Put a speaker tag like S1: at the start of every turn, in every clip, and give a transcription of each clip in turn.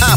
S1: A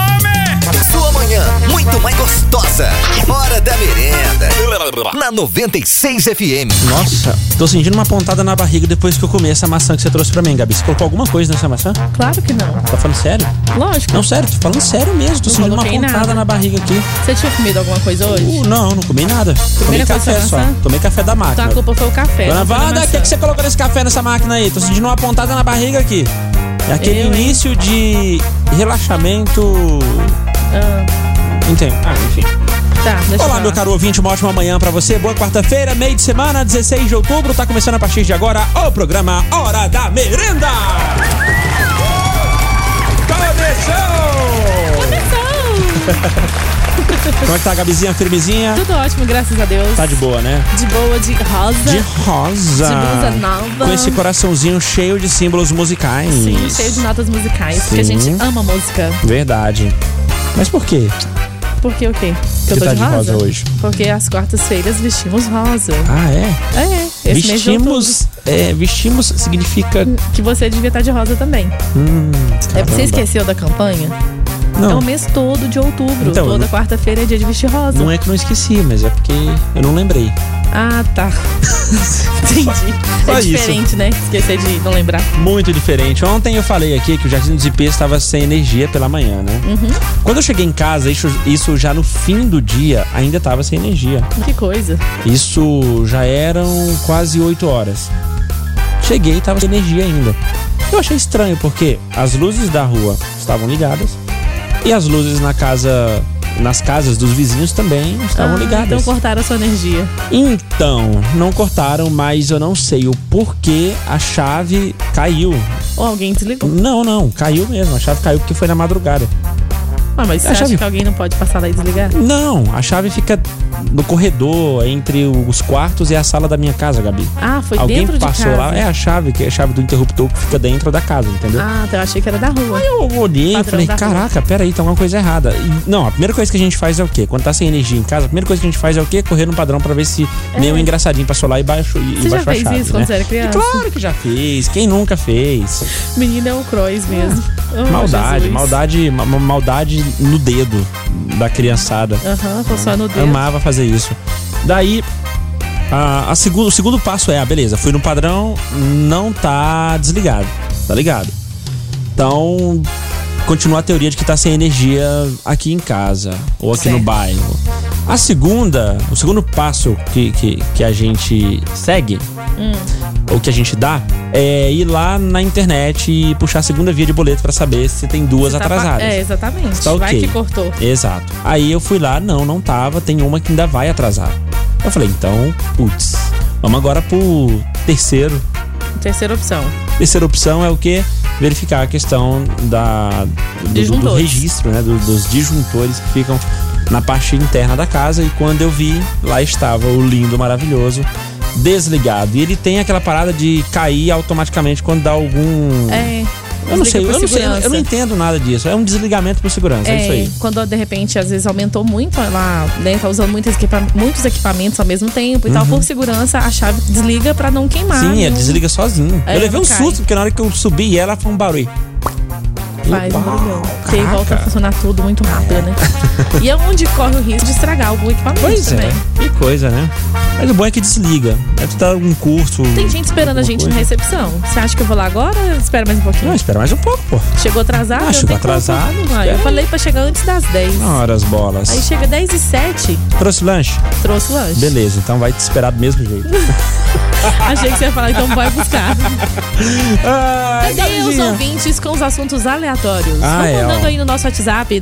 S1: Sua manhã, muito mais gostosa. Hora da merenda. Na 96 FM.
S2: Nossa, tô sentindo uma pontada na barriga depois que eu comi essa maçã que você trouxe pra mim, Gabi. Você colocou alguma coisa nessa maçã?
S3: Claro que não.
S2: Tá falando sério?
S3: Lógico.
S2: Não, sério, tô falando sério mesmo. Tô
S3: Não
S2: sentindo uma
S3: coloquei
S2: pontada
S3: nada.
S2: na barriga aqui.
S3: Você tinha comido alguma coisa hoje?
S2: Uh, não, não comi nada. Tomei
S3: Primeira coisa
S2: café
S3: que você
S2: só.
S3: lança?
S2: Tomei café da
S3: Então
S2: máquina.
S3: a culpa foi o café.
S2: Dona
S3: não foi a
S2: Wanda, o que, é
S3: maçã.
S2: que você colocou nesse café nessa máquina aí? Tô sentindo uma pontada na barriga aqui. É aquele
S3: Eu, hein?
S2: início de relaxamento.
S3: Ah,
S2: Entendo. Ah, enfim.
S3: tá, deixa
S2: Olá,
S3: eu
S2: meu
S3: falar.
S2: caro ouvinte, uma ótima manhã pra você. Boa quarta-feira, meio de semana, 16 de outubro. Tá começando a partir de agora o programa Hora da Merenda. Começou!
S3: Atenção!
S2: Como é que tá, Gabizinha? Firmezinha?
S3: Tudo ótimo, graças a Deus.
S2: Tá de boa, né?
S3: De boa, de rosa.
S2: De rosa.
S3: De blusa nova.
S2: Com esse coraçãozinho cheio de símbolos musicais.
S3: Sim, cheio de notas musicais. Porque a
S2: Sim.
S3: gente ama música.
S2: Verdade. Mas por quê?
S3: Por que o quê? Porque
S2: Você tá de rosa hoje?
S3: Porque as quartas-feiras vestimos rosa.
S2: Ah, é?
S3: É, esse mês de outubro.
S2: vestimos. é, vestimos significa.
S3: Que você devia estar de rosa também. é,
S2: caramba.
S3: você esqueceu da campanha? É
S2: Não,
S3: o mês todo de outubro.
S2: Então,
S3: Toda
S2: eu-
S3: quarta-feira é dia de vestir rosa.
S2: não é que não esqueci, mas é porque eu não lembrei.
S3: Ah, tá. Entendi.
S2: Só
S3: é
S2: isso.
S3: diferente, né? Esquecer de não lembrar.
S2: Muito diferente. Ontem eu falei aqui que o Jardim dos Ipês estava sem energia pela manhã, né?
S3: Uhum.
S2: Quando eu cheguei em casa, isso, isso já no fim do dia, ainda estava sem energia.
S3: Que coisa.
S2: Isso já eram quase 8 horas. Cheguei e tava sem energia ainda. Eu achei estranho porque as luzes da rua estavam ligadas e as luzes na casa, nas casas dos vizinhos também estavam
S3: Ah,
S2: ligadas.
S3: Então cortaram a sua energia.
S2: Então, não cortaram, mas eu não sei o porquê a chave caiu.
S3: Ou alguém desligou.
S2: Não, não, caiu mesmo. A chave caiu porque foi na madrugada.
S3: Ah, mas você
S2: A
S3: acha
S2: chave-
S3: que alguém não pode passar lá e desligar?
S2: Não, a chave fica no corredor entre os quartos e a sala da minha casa, Gabi.
S3: Ah, foi
S2: Alguém
S3: dentro de
S2: passou
S3: casa.
S2: lá, é a chave, que é a chave do interruptor que fica dentro da casa, entendeu?
S3: Ah, então eu achei que era da rua.
S2: Eu olhei e
S3: Padrão
S2: falei,
S3: da rua.
S2: caraca, peraí, tá alguma coisa errada. E, não, a primeira coisa que a gente faz é o quê? Quando tá sem energia em casa, a primeira coisa que a gente faz é o quê? Correr no padrão pra ver se nenhum engraçadinho passou lá e baixou, e
S3: É. Você já
S2: baixou a
S3: fez
S2: chave,
S3: isso
S2: né?
S3: quando você era criança?
S2: E claro que já fez, quem nunca fez?
S3: Menina é o Crois mesmo. Oh,
S2: Ah, maldade,
S3: Jesus.
S2: maldade, ma- ma- maldade no dedo da criançada.
S3: Aham, foi só no dedo.
S2: Amava fazer isso. Daí, a, a segundo, o segundo passo é, ah, beleza, fui no padrão, não tá desligado, tá ligado? Então, continua a teoria de que tá sem energia aqui em casa, ou aqui no
S3: Certo.
S2: bairro. A segunda, o segundo passo que, que, que a gente segue,
S3: Hum.
S2: ou que a gente dá, é ir lá na internet e puxar a segunda via de boleto pra saber se tem duas
S3: Você tá pa-
S2: atrasadas.
S3: É, exatamente.
S2: Tá
S3: Vai
S2: ok.
S3: que cortou.
S2: Exato. Aí eu fui lá, não, não tava, tem uma que ainda vai atrasar. Eu falei, então, putz, vamos agora pro terceiro.
S3: Terceira opção.
S2: Terceira opção é o quê? Verificar a questão da, do- do, do
S3: Disjuntores.
S2: registro, né? do- dos disjuntores que ficam na parte interna da casa. E quando eu vi, lá estava o lindo, maravilhoso, desligado. E ele tem aquela parada de cair automaticamente quando dá algum.
S3: É.
S2: Hum. Eu não, sei, eu,
S3: desliga por
S2: não sei, eu não- eu
S3: segurança.
S2: não entendo nada disso. É um desligamento por segurança, é, isso
S3: É,
S2: aí.
S3: quando de repente, às vezes, aumentou muito, ela né, tá usando muitos, equipa- muitos equipamentos ao mesmo tempo e tal. Por segurança, a chave desliga pra não queimar.
S2: Uhum.
S3: né?
S2: Sim,
S3: Ah, não
S2: ela desliga sozinho.
S3: É,
S2: eu levei um
S3: não cai.
S2: susto, porque na hora que eu subi ela, foi um barulho.
S3: Faz um
S2: Uau,
S3: barulhão. Porque aí volta a
S2: caraca.
S3: funcionar tudo muito rápido, né? e é onde corre o risco de estragar algum equipamento
S2: Pois
S3: também.
S2: é, que coisa, né? Mas o bom é que desliga. Deve dar um curso.
S3: Tem gente esperando a
S2: alguma
S3: gente na
S2: coisa.
S3: recepção. Você acha que eu vou lá agora? Espera mais um pouquinho.
S2: Não, espera mais um pouco, pô.
S3: Chegou atrasado?
S2: Ah,
S3: Eu
S2: chegou
S3: tenho como-
S2: atrasado,
S3: Uai,
S2: espera
S3: Eu
S2: aí.
S3: falei pra chegar antes das 10.
S2: Na hora as bolas.
S3: Aí chega 10 e 7,
S2: Trouxe lanche?
S3: trouxe o lanche.
S2: Beleza, então vai te esperar do mesmo jeito.
S3: Achei que você ia falar, então vai buscar.
S2: Ai,
S3: Cadê os
S2: Gabizinha?
S3: é ouvintes com os assuntos aleatórios?
S2: Ah,
S3: Vão
S2: é,
S3: mandando
S2: ó.
S3: aí no nosso WhatsApp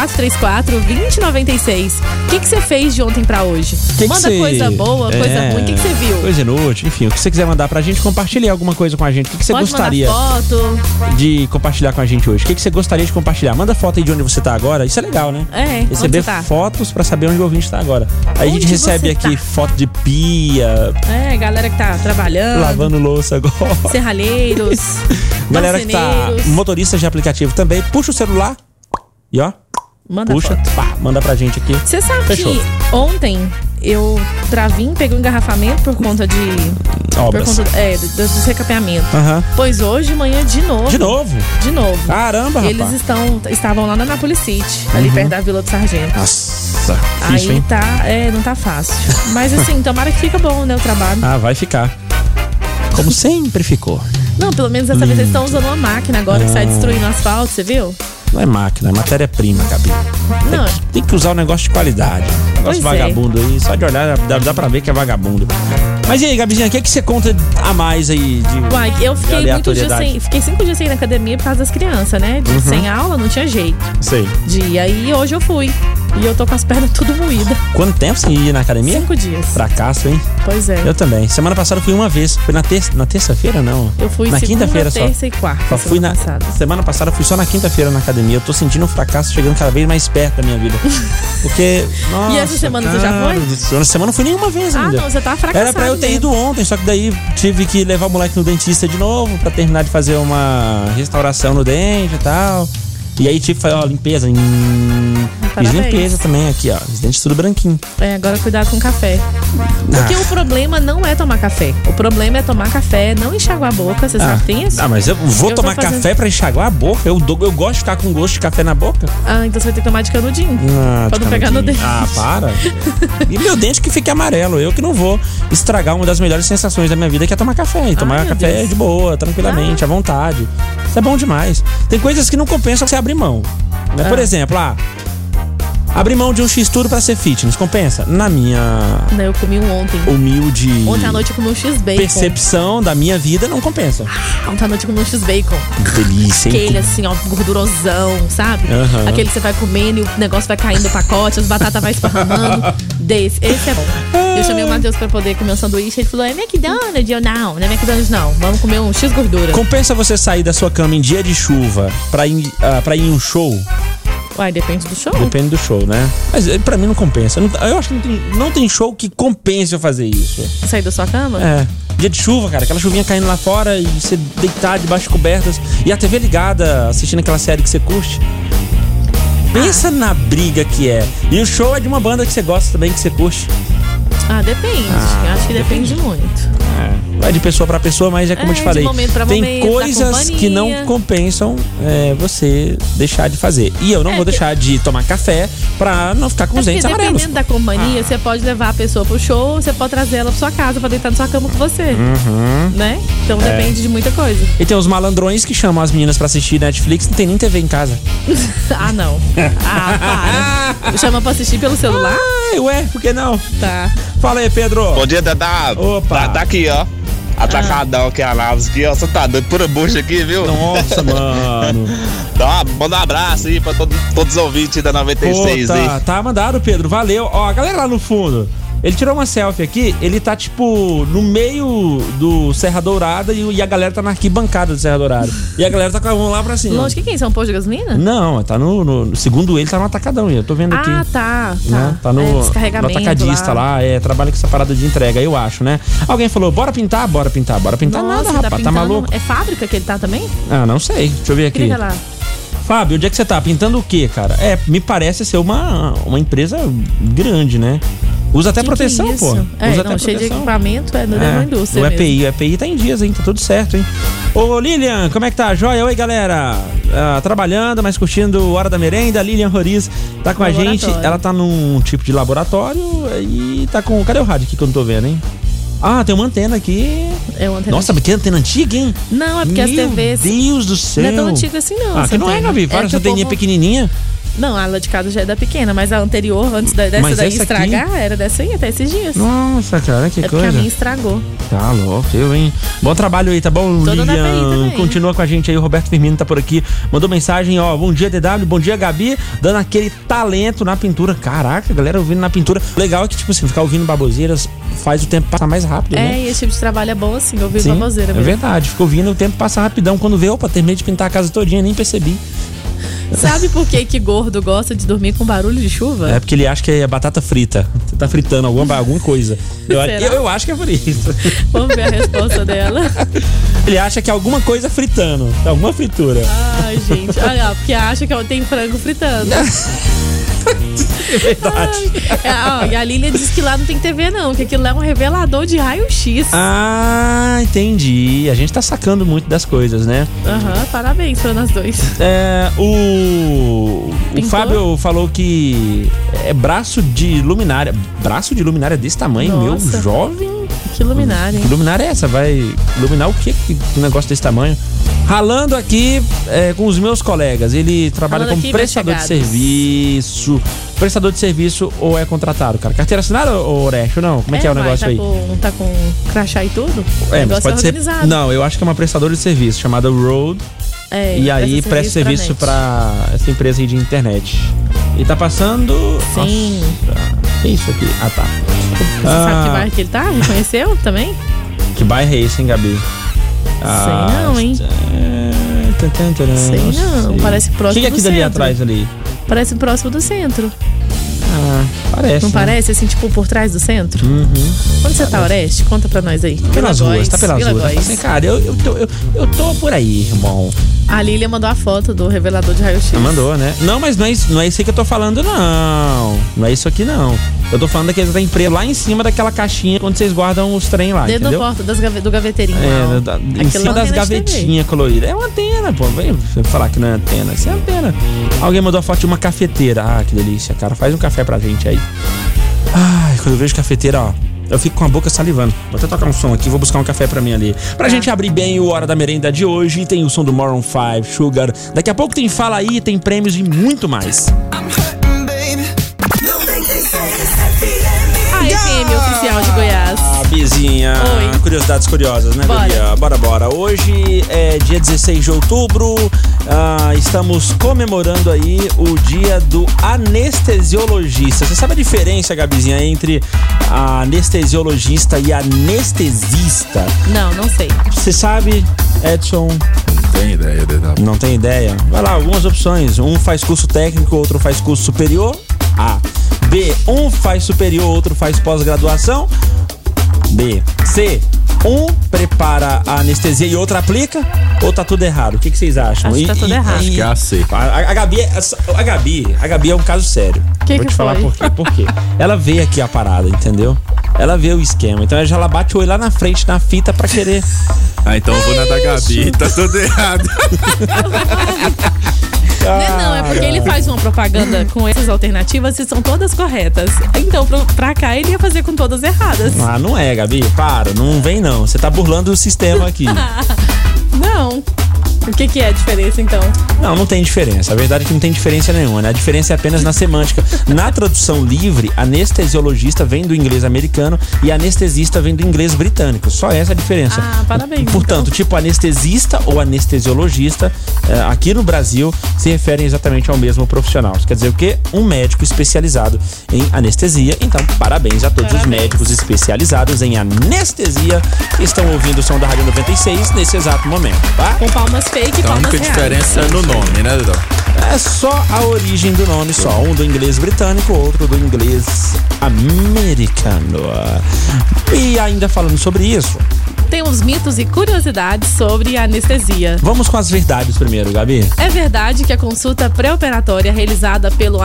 S3: 994342096. O que que você fez de ontem pra hoje?
S2: Que que
S3: Manda
S2: cê-
S3: coisa boa, coisa
S2: É,
S3: ruim. O que que você viu?
S2: Coisa inútil, enfim, o que você quiser mandar pra gente, compartilhe alguma coisa com a gente. O que que você
S3: Pode
S2: gostaria?
S3: mandar foto.
S2: de compartilhar com a gente hoje? O que, que você gostaria de compartilhar? Manda foto aí de onde você tá agora. Isso é legal, né?
S3: É, onde
S2: Receber
S3: você tá?
S2: fotos pra saber onde o ouvinte tá agora. Aí a gente
S3: Onde
S2: recebe
S3: você
S2: aqui
S3: tá?
S2: foto de pia,
S3: É, galera que tá trabalhando.
S2: lavando louça agora.
S3: Serralheiros.
S2: Galera que tá
S3: é marceneiros.
S2: motorista de aplicativo também. Puxa o celular e ó,
S3: Manda
S2: Puxa,
S3: foto.
S2: pá, manda pra gente aqui.
S3: Você sabe
S2: Fechou.
S3: que ontem eu travim, peguei um engarrafamento por conta de.
S2: Obras.
S3: Por conta é, do- dos recapeamentos.
S2: Aham.
S3: Pois hoje, de manhã, de novo.
S2: De novo?
S3: De novo.
S2: Caramba,
S3: Eles
S2: rapaz.
S3: estão, estavam lá na Nápoles City, ali perto da Vila do Sargento.
S2: Nossa, difícil,
S3: Aí
S2: hein?
S3: tá, é, não tá fácil. Mas assim, tomara que fica bom, né, o trabalho.
S2: Ah, vai ficar. Como sempre ficou.
S3: Não, pelo menos dessa vez eles estão usando uma máquina agora que
S2: Ah.
S3: sai destruindo o asfalto, você viu?
S2: Não é máquina, é matéria-prima, Gabi.
S3: Não,
S2: Tem que usar um negócio de qualidade. Um negócio
S3: Pois é.
S2: vagabundo aí. Só de olhar dá, dá pra ver que é vagabundo. Mas e aí, Gabizinha, o que, que você conta a mais aí? De...
S3: uai, eu fiquei muito dias
S2: aleatoriedade. Uhum.
S3: sem. Fiquei cinco dias sem ir na academia por causa das crianças, né? De- Sem aula, não tinha jeito.
S2: Sei.
S3: De aí hoje eu fui. E eu tô com as pernas tudo moídas.
S2: Quanto tempo você ia na academia?
S3: Cinco dias.
S2: Fracasso, hein?
S3: Pois é.
S2: Eu também. Semana passada eu fui uma vez. Foi na terça- na terça-feira, não?
S3: Eu fui
S2: na
S3: segunda,
S2: quinta-feira só.
S3: terça e quarta.
S2: Só fui na
S3: semana passada. Ah,
S2: semana passada, eu fui só na quinta-feira na academia. Eu tô sentindo um fracasso chegando cada vez mais perto da minha vida. Porque. Nossa,
S3: essa semana você já
S2: cara
S3: foi?
S2: do céu, Essa semana eu não fui nenhuma vez
S3: Ah,
S2: ainda.
S3: não, você tá fracassado.
S2: Era pra eu ter
S3: mesmo.
S2: ido ontem, só que daí tive que levar o moleque no dentista de novo pra terminar de fazer uma restauração no dente e tal. E aí tive que fazer uma limpeza. Hum, fiz
S3: Parabéns.
S2: limpeza também aqui, ó. Os dentes tudo branquinho.
S3: É, agora cuidado com o café. Porque
S2: Ah.
S3: o problema não é tomar café. O problema é tomar café, não enxaguar a boca. Você sabe que tem isso?
S2: ah, mas eu vou
S3: Eu tô
S2: tomar
S3: fazendo-
S2: café pra enxaguar a boca. Eu, dou- eu gosto de ficar com gosto de café na boca.
S3: Ah, então você vai ter que tomar de canudinho.
S2: Ah,
S3: pra
S2: de
S3: não pegar no
S2: canudinho.
S3: dente.
S2: Ah, para. e meu dente que fica amarelo. Eu que não vou estragar uma das melhores sensações da minha vida, que é tomar café. E tomar
S3: meu
S2: café
S3: Deus. Ah.
S2: de boa, tranquilamente, à vontade. Isso é bom demais. Tem coisas que não compensam você abrir mão. né? Por exemplo, ah, abrir mão de um X-Tudo pra ser fitness. Compensa? Na minha
S3: Não, eu comi um ontem.
S2: Hum. humilde
S3: Ontem à noite eu comi um X-Bacon.
S2: percepção da minha vida, não compensa.
S3: Ontem à noite eu comi um X-Bacon.
S2: Delícia,
S3: Aquele assim, ó, gordurosão, sabe?
S2: Aham.
S3: Aquele que você vai comendo e o negócio vai caindo no pacote, as batatas vai esparramando. Desse. Esse é bom. Eu chamei
S2: Ah.
S3: o Matheus pra poder comer um sanduíche. Ele falou: é McDonald's? Eu não, não é McDonald's não. Vamos comer um X gordura.
S2: Compensa você sair da sua cama em dia de chuva pra ir, ah, pra ir em um show?
S3: Uai, depende do show.
S2: Depende do show, né? Mas eh, pra mim não compensa. Não- eu acho que não tem, não tem show que compense eu fazer isso.
S3: Sair da sua cama?
S2: É. Dia de chuva, cara, aquela chuvinha caindo lá fora e você deitar debaixo de cobertas e a TV ligada assistindo aquela série que você curte.
S3: Ah.
S2: Pensa na briga que é. E o show é de uma banda que você gosta também, que você curte.
S3: Ah, depende. Acho que depende muito.
S2: Vai de pessoa pra pessoa, mas é como
S3: É,
S2: eu te falei.
S3: de momento pra
S2: tem
S3: momento, da
S2: coisas que
S3: companhia.
S2: não compensam é, você deixar de fazer. E eu não
S3: É,
S2: vou
S3: que- É
S2: deixar de tomar café pra não ficar com Ah. os
S3: Porque
S2: dentes amarelos.
S3: dependendo da companhia, você pode levar a pessoa pro show, você pode trazer ela pra sua casa pra deitar na sua cama com você.
S2: Uhum.
S3: Né? Então
S2: É.
S3: depende de muita coisa.
S2: E tem os malandrões que chamam as meninas pra assistir Netflix, não tem nem TV em casa.
S3: Ah, não. Ah, para. Chama pra assistir pelo celular?
S2: Ai, ué, por que não?
S3: Tá.
S2: Fala aí, Pedro.
S4: Bom dia, Dadá.
S2: Opa.
S4: Dadá aqui, ó.
S5: Ah.
S4: Atacadão aqui, a Naves aqui, ó. Você tá doido pura bucha aqui, viu?
S2: Nossa, mano.
S4: Dá uma, manda um abraço aí pra todo- todos os ouvintes da 96
S2: Pô,
S4: aí.
S2: tá, tá mandado, Pedro. Valeu. Ó, a galera lá no fundo. Ele tirou uma selfie aqui, ele tá tipo no meio do Serra Dourada e, o- e a galera tá na arquibancada do Serra Dourada. E a galera tá com a mão lá pra cima.
S3: Longe, o que que é isso? É um posto de gasolina?
S2: Não, tá no, no- Segundo ele, tá no atacadão. Eu tô vendo aqui.
S3: Ah, tá. Tá,
S2: né? Tá no,
S3: É,
S2: no
S3: descarregamento
S2: atacadista lá. é, trabalha com essa parada de entrega, eu acho, né? Alguém falou, bora pintar, bora pintar, bora pintar.
S3: Nossa,
S2: Nada, rapaz, tá
S3: pintando-
S2: maluco?
S3: É fábrica que ele tá também?
S2: Ah, não sei, deixa eu ver aqui.
S3: Clica lá.
S2: Fábio, onde é que você tá? Pintando o quê, cara? É, me parece ser uma, uma empresa grande, né? Usa até
S3: Que
S2: proteção,
S3: que é
S2: pô.
S3: isso? É,
S2: Usa
S3: não,
S2: até
S3: cheio de
S2: proteção.
S3: equipamento, é, não é uma
S2: É,
S3: indústria.
S2: o
S3: mesmo.
S2: EPI, o EPI tá em dias, hein? Tá tudo certo, hein? Ô Lilian, como é que tá? Joia? Oi, galera. Ah, trabalhando, mas curtindo Hora da Merenda. Lilian Roriz tá com a
S3: Laboratório.
S2: gente. Ela tá num tipo de laboratório e tá com. Cadê o rádio aqui que eu não tô vendo, hein? Ah, tem uma antena aqui.
S3: É uma antena-
S2: Nossa, mas que antena antiga, hein?
S3: Não, é porque as
S2: Meu
S3: TVs.
S2: Deus do céu.
S3: Não é tão antiga assim, não.
S2: Ah,
S3: essa
S2: que não é,
S3: antena.
S2: Gabi. Várias
S3: que o
S2: anteninhas
S3: povo-
S2: pequenininha.
S3: Não, a lá de casa já é da pequena, mas a anterior, antes da- dessa
S2: Mas
S3: daí
S2: essa aqui-
S3: estragar, era dessa aí até esses dias.
S2: Nossa, cara, que
S3: é porque a
S2: coisa.
S3: minha estragou.
S2: Tá louco, eu, hein? Bom trabalho aí, tá bom,
S3: Tô dando API
S2: Lilian?
S3: também.
S2: Continua com a gente aí, o Roberto Firmino tá por aqui. Mandou mensagem, ó. Bom dia, DW, bom dia, Gabi. Dando aquele talento na pintura. Caraca, galera ouvindo na pintura. Legal é que, tipo assim, ficar ouvindo baboseiras faz o tempo passar mais rápido,
S3: É,
S2: né?
S3: e esse tipo de trabalho é bom assim, eu vi
S2: Sim,
S3: baboseira
S2: é
S3: mesmo.
S2: verdade, ficou ouvindo o tempo passa rapidão. Quando vê, opa, terminei de pintar a casa todinha, nem percebi.
S3: Sabe por que que gordo gosta de dormir com barulho de chuva?
S2: É porque ele acha que é batata frita. Você tá fritando alguma, alguma coisa. Eu,
S3: Será?
S2: eu, eu acho que é por isso.
S3: Vamos ver a resposta dela.
S2: Ele acha que é alguma coisa fritando. Alguma fritura.
S3: Ai, gente. Ah, não, porque acha que eu tenho frango fritando.
S2: É
S3: Ah,
S2: verdade.
S3: É, ó, e a Lilia diz que lá não tem TV, não, que aquilo lá é um revelador de raio-x. Aham,
S2: Ah, entendi. A gente tá sacando muito das coisas, né?
S3: parabéns para nós dois.
S2: É, o, o
S3: Pintou?
S2: Fábio falou que é braço de luminária. Braço de luminária desse tamanho,
S3: Nossa.
S2: meu jovem.
S3: Que luminária,
S2: Que
S3: hein?
S2: luminária é essa? Vai iluminar o quê? que? Um negócio desse tamanho. Ralando aqui é, com os meus colegas. Ele trabalha
S3: Ralando
S2: como
S3: aqui,
S2: prestador de
S3: investigados.
S2: serviço. Prestador de serviço ou é contratado, cara? Carteira assinada ou Oreste? Não? Como é, que é o
S3: uai,
S2: negócio
S3: tá
S2: aí?
S3: Com, tá com crachá e tudo?
S2: É,
S3: o negócio
S2: mas pode
S3: é
S2: ser.
S3: organizado.
S2: Não, eu acho que é uma prestadora de serviço chamada Road.
S3: É,
S2: e aí presta serviço
S3: net.
S2: pra essa empresa aí de internet. E tá passando.
S3: Sim.
S2: Nossa, que isso aqui? Ah, tá.
S3: Você sabe
S2: Ah.
S3: que bairro que ele tá? Reconheceu também?
S2: Que bairro é esse, hein, Gabi? Ah,
S3: não, hein? Sei não, parece
S2: O que
S3: próximo
S2: que é aqui
S3: do
S2: dali
S3: centro.
S2: atrás ali?
S3: Parece próximo do centro.
S2: Ah, parece.
S3: Não
S2: né?
S3: parece, assim, tipo, por trás do centro? Uhum. Onde você tá, Oreste? Conta pra nós aí.
S2: Pelas
S3: Vila
S2: ruas,
S3: Góis,
S2: tá pelas
S3: Vila
S2: ruas.
S3: Góis.
S2: Assim, cara, eu, eu, tô, eu, eu tô por aí, irmão.
S3: A Lilia mandou a foto do revelador de raio-x.
S2: Ela Mandou, né? Não, mas não é, isso, não é isso aí que eu tô falando, não. Não é isso aqui, não. Eu tô falando daqueles da empresa lá em cima daquela caixinha onde vocês guardam os trem lá,
S3: Dentro da
S2: entendeu?
S3: porta das gave- do gaveteirinho.
S2: É,
S3: lá, ó.
S2: da- em
S3: Aquilo é
S2: cima
S3: uma
S2: das
S3: antena de TV.
S2: gavetinhas coloridas. É uma antena, pô. Vem falar que não é antena. Isso é antena. Alguém mandou a foto de uma cafeteira. Ah, que delícia, cara. Faz um café pra gente aí. Ai, quando eu vejo cafeteira, ó. Eu fico com a boca salivando. Vou até tocar um som aqui, vou buscar um café pra mim ali. Pra gente abrir bem o Hora da Merenda de hoje, tem o som do Moron 5, Sugar. Daqui a pouco tem Fala Aí, tem prêmios e muito mais.
S3: A FM Ah, oficial de Goiás.
S2: Ah, Bizinha,
S3: Oi.
S2: curiosidades curiosas, né,
S3: Bora.
S2: Bia? Bora, bora. Hoje é dia 16 de outubro, ah, estamos comemorando aí o dia do anestesiologista. Você sabe a diferença, Gabizinha, entre a anestesiologista e anestesista?
S3: Não, não sei.
S2: Você sabe, Edson?
S6: Tem ideia, né, Dedão.
S2: Não tem ideia? Vai lá, algumas opções. Um faz curso técnico, outro faz curso superior. A. B. Um faz superior, outro faz pós-graduação. B. C. Um prepara a anestesia e outro aplica. Ou tá tudo errado? O que, que vocês acham?
S3: Acho que
S2: E-
S3: tá tudo
S2: e-
S3: errado.
S2: e-
S6: Que é a C.
S2: a, a- a Gabi, é- a Gabi, a Gabi é um caso sério.
S3: Que
S2: Vou
S3: que
S2: te falar
S3: foi?
S2: por quê. Por quê? Ela vê aqui a parada, entendeu? Ela vê o esquema. Então ela já ela bate o olho lá na frente, na fita, pra querer.
S6: Ah, então eu vou na da Gabi. Tá tudo errado.
S3: Não é não, é porque ele faz uma propaganda com essas alternativas e são todas corretas. Então, pro- pra cá, ele ia fazer com todas erradas.
S2: Ah, não é, Gabi. Para, não vem não. Você tá burlando o sistema aqui.
S3: Não. O que, que é a diferença, então?
S2: Não, não tem diferença. A verdade é que não tem diferença nenhuma, né? A diferença é apenas na semântica. Na tradução livre, anestesiologista vem do inglês americano e anestesista vem do inglês britânico. Só essa é a diferença.
S3: Ah, parabéns,
S2: Portanto, tipo anestesista ou anestesiologista, eh, aqui no Brasil, se referem exatamente ao mesmo profissional. Isso quer dizer o quê? Um médico especializado em anestesia. Então, parabéns a todos os
S3: Parabéns.
S2: médicos especializados em anestesia que estão ouvindo o som da Rádio 96 nesse exato momento, tá?
S3: Com palmas fake e
S6: Então a
S3: palmas
S6: única
S3: reais.
S6: diferença é no nome, né, Dedão?
S2: É só a origem do nome, só um do inglês britânico, outro do inglês americano. E ainda falando sobre isso,
S6: é-
S3: Tem uns mitos e curiosidades sobre a anestesia.
S2: vamos com as verdades primeiro, Gabi.
S3: É verdade que a consulta pré-operatória realizada pelo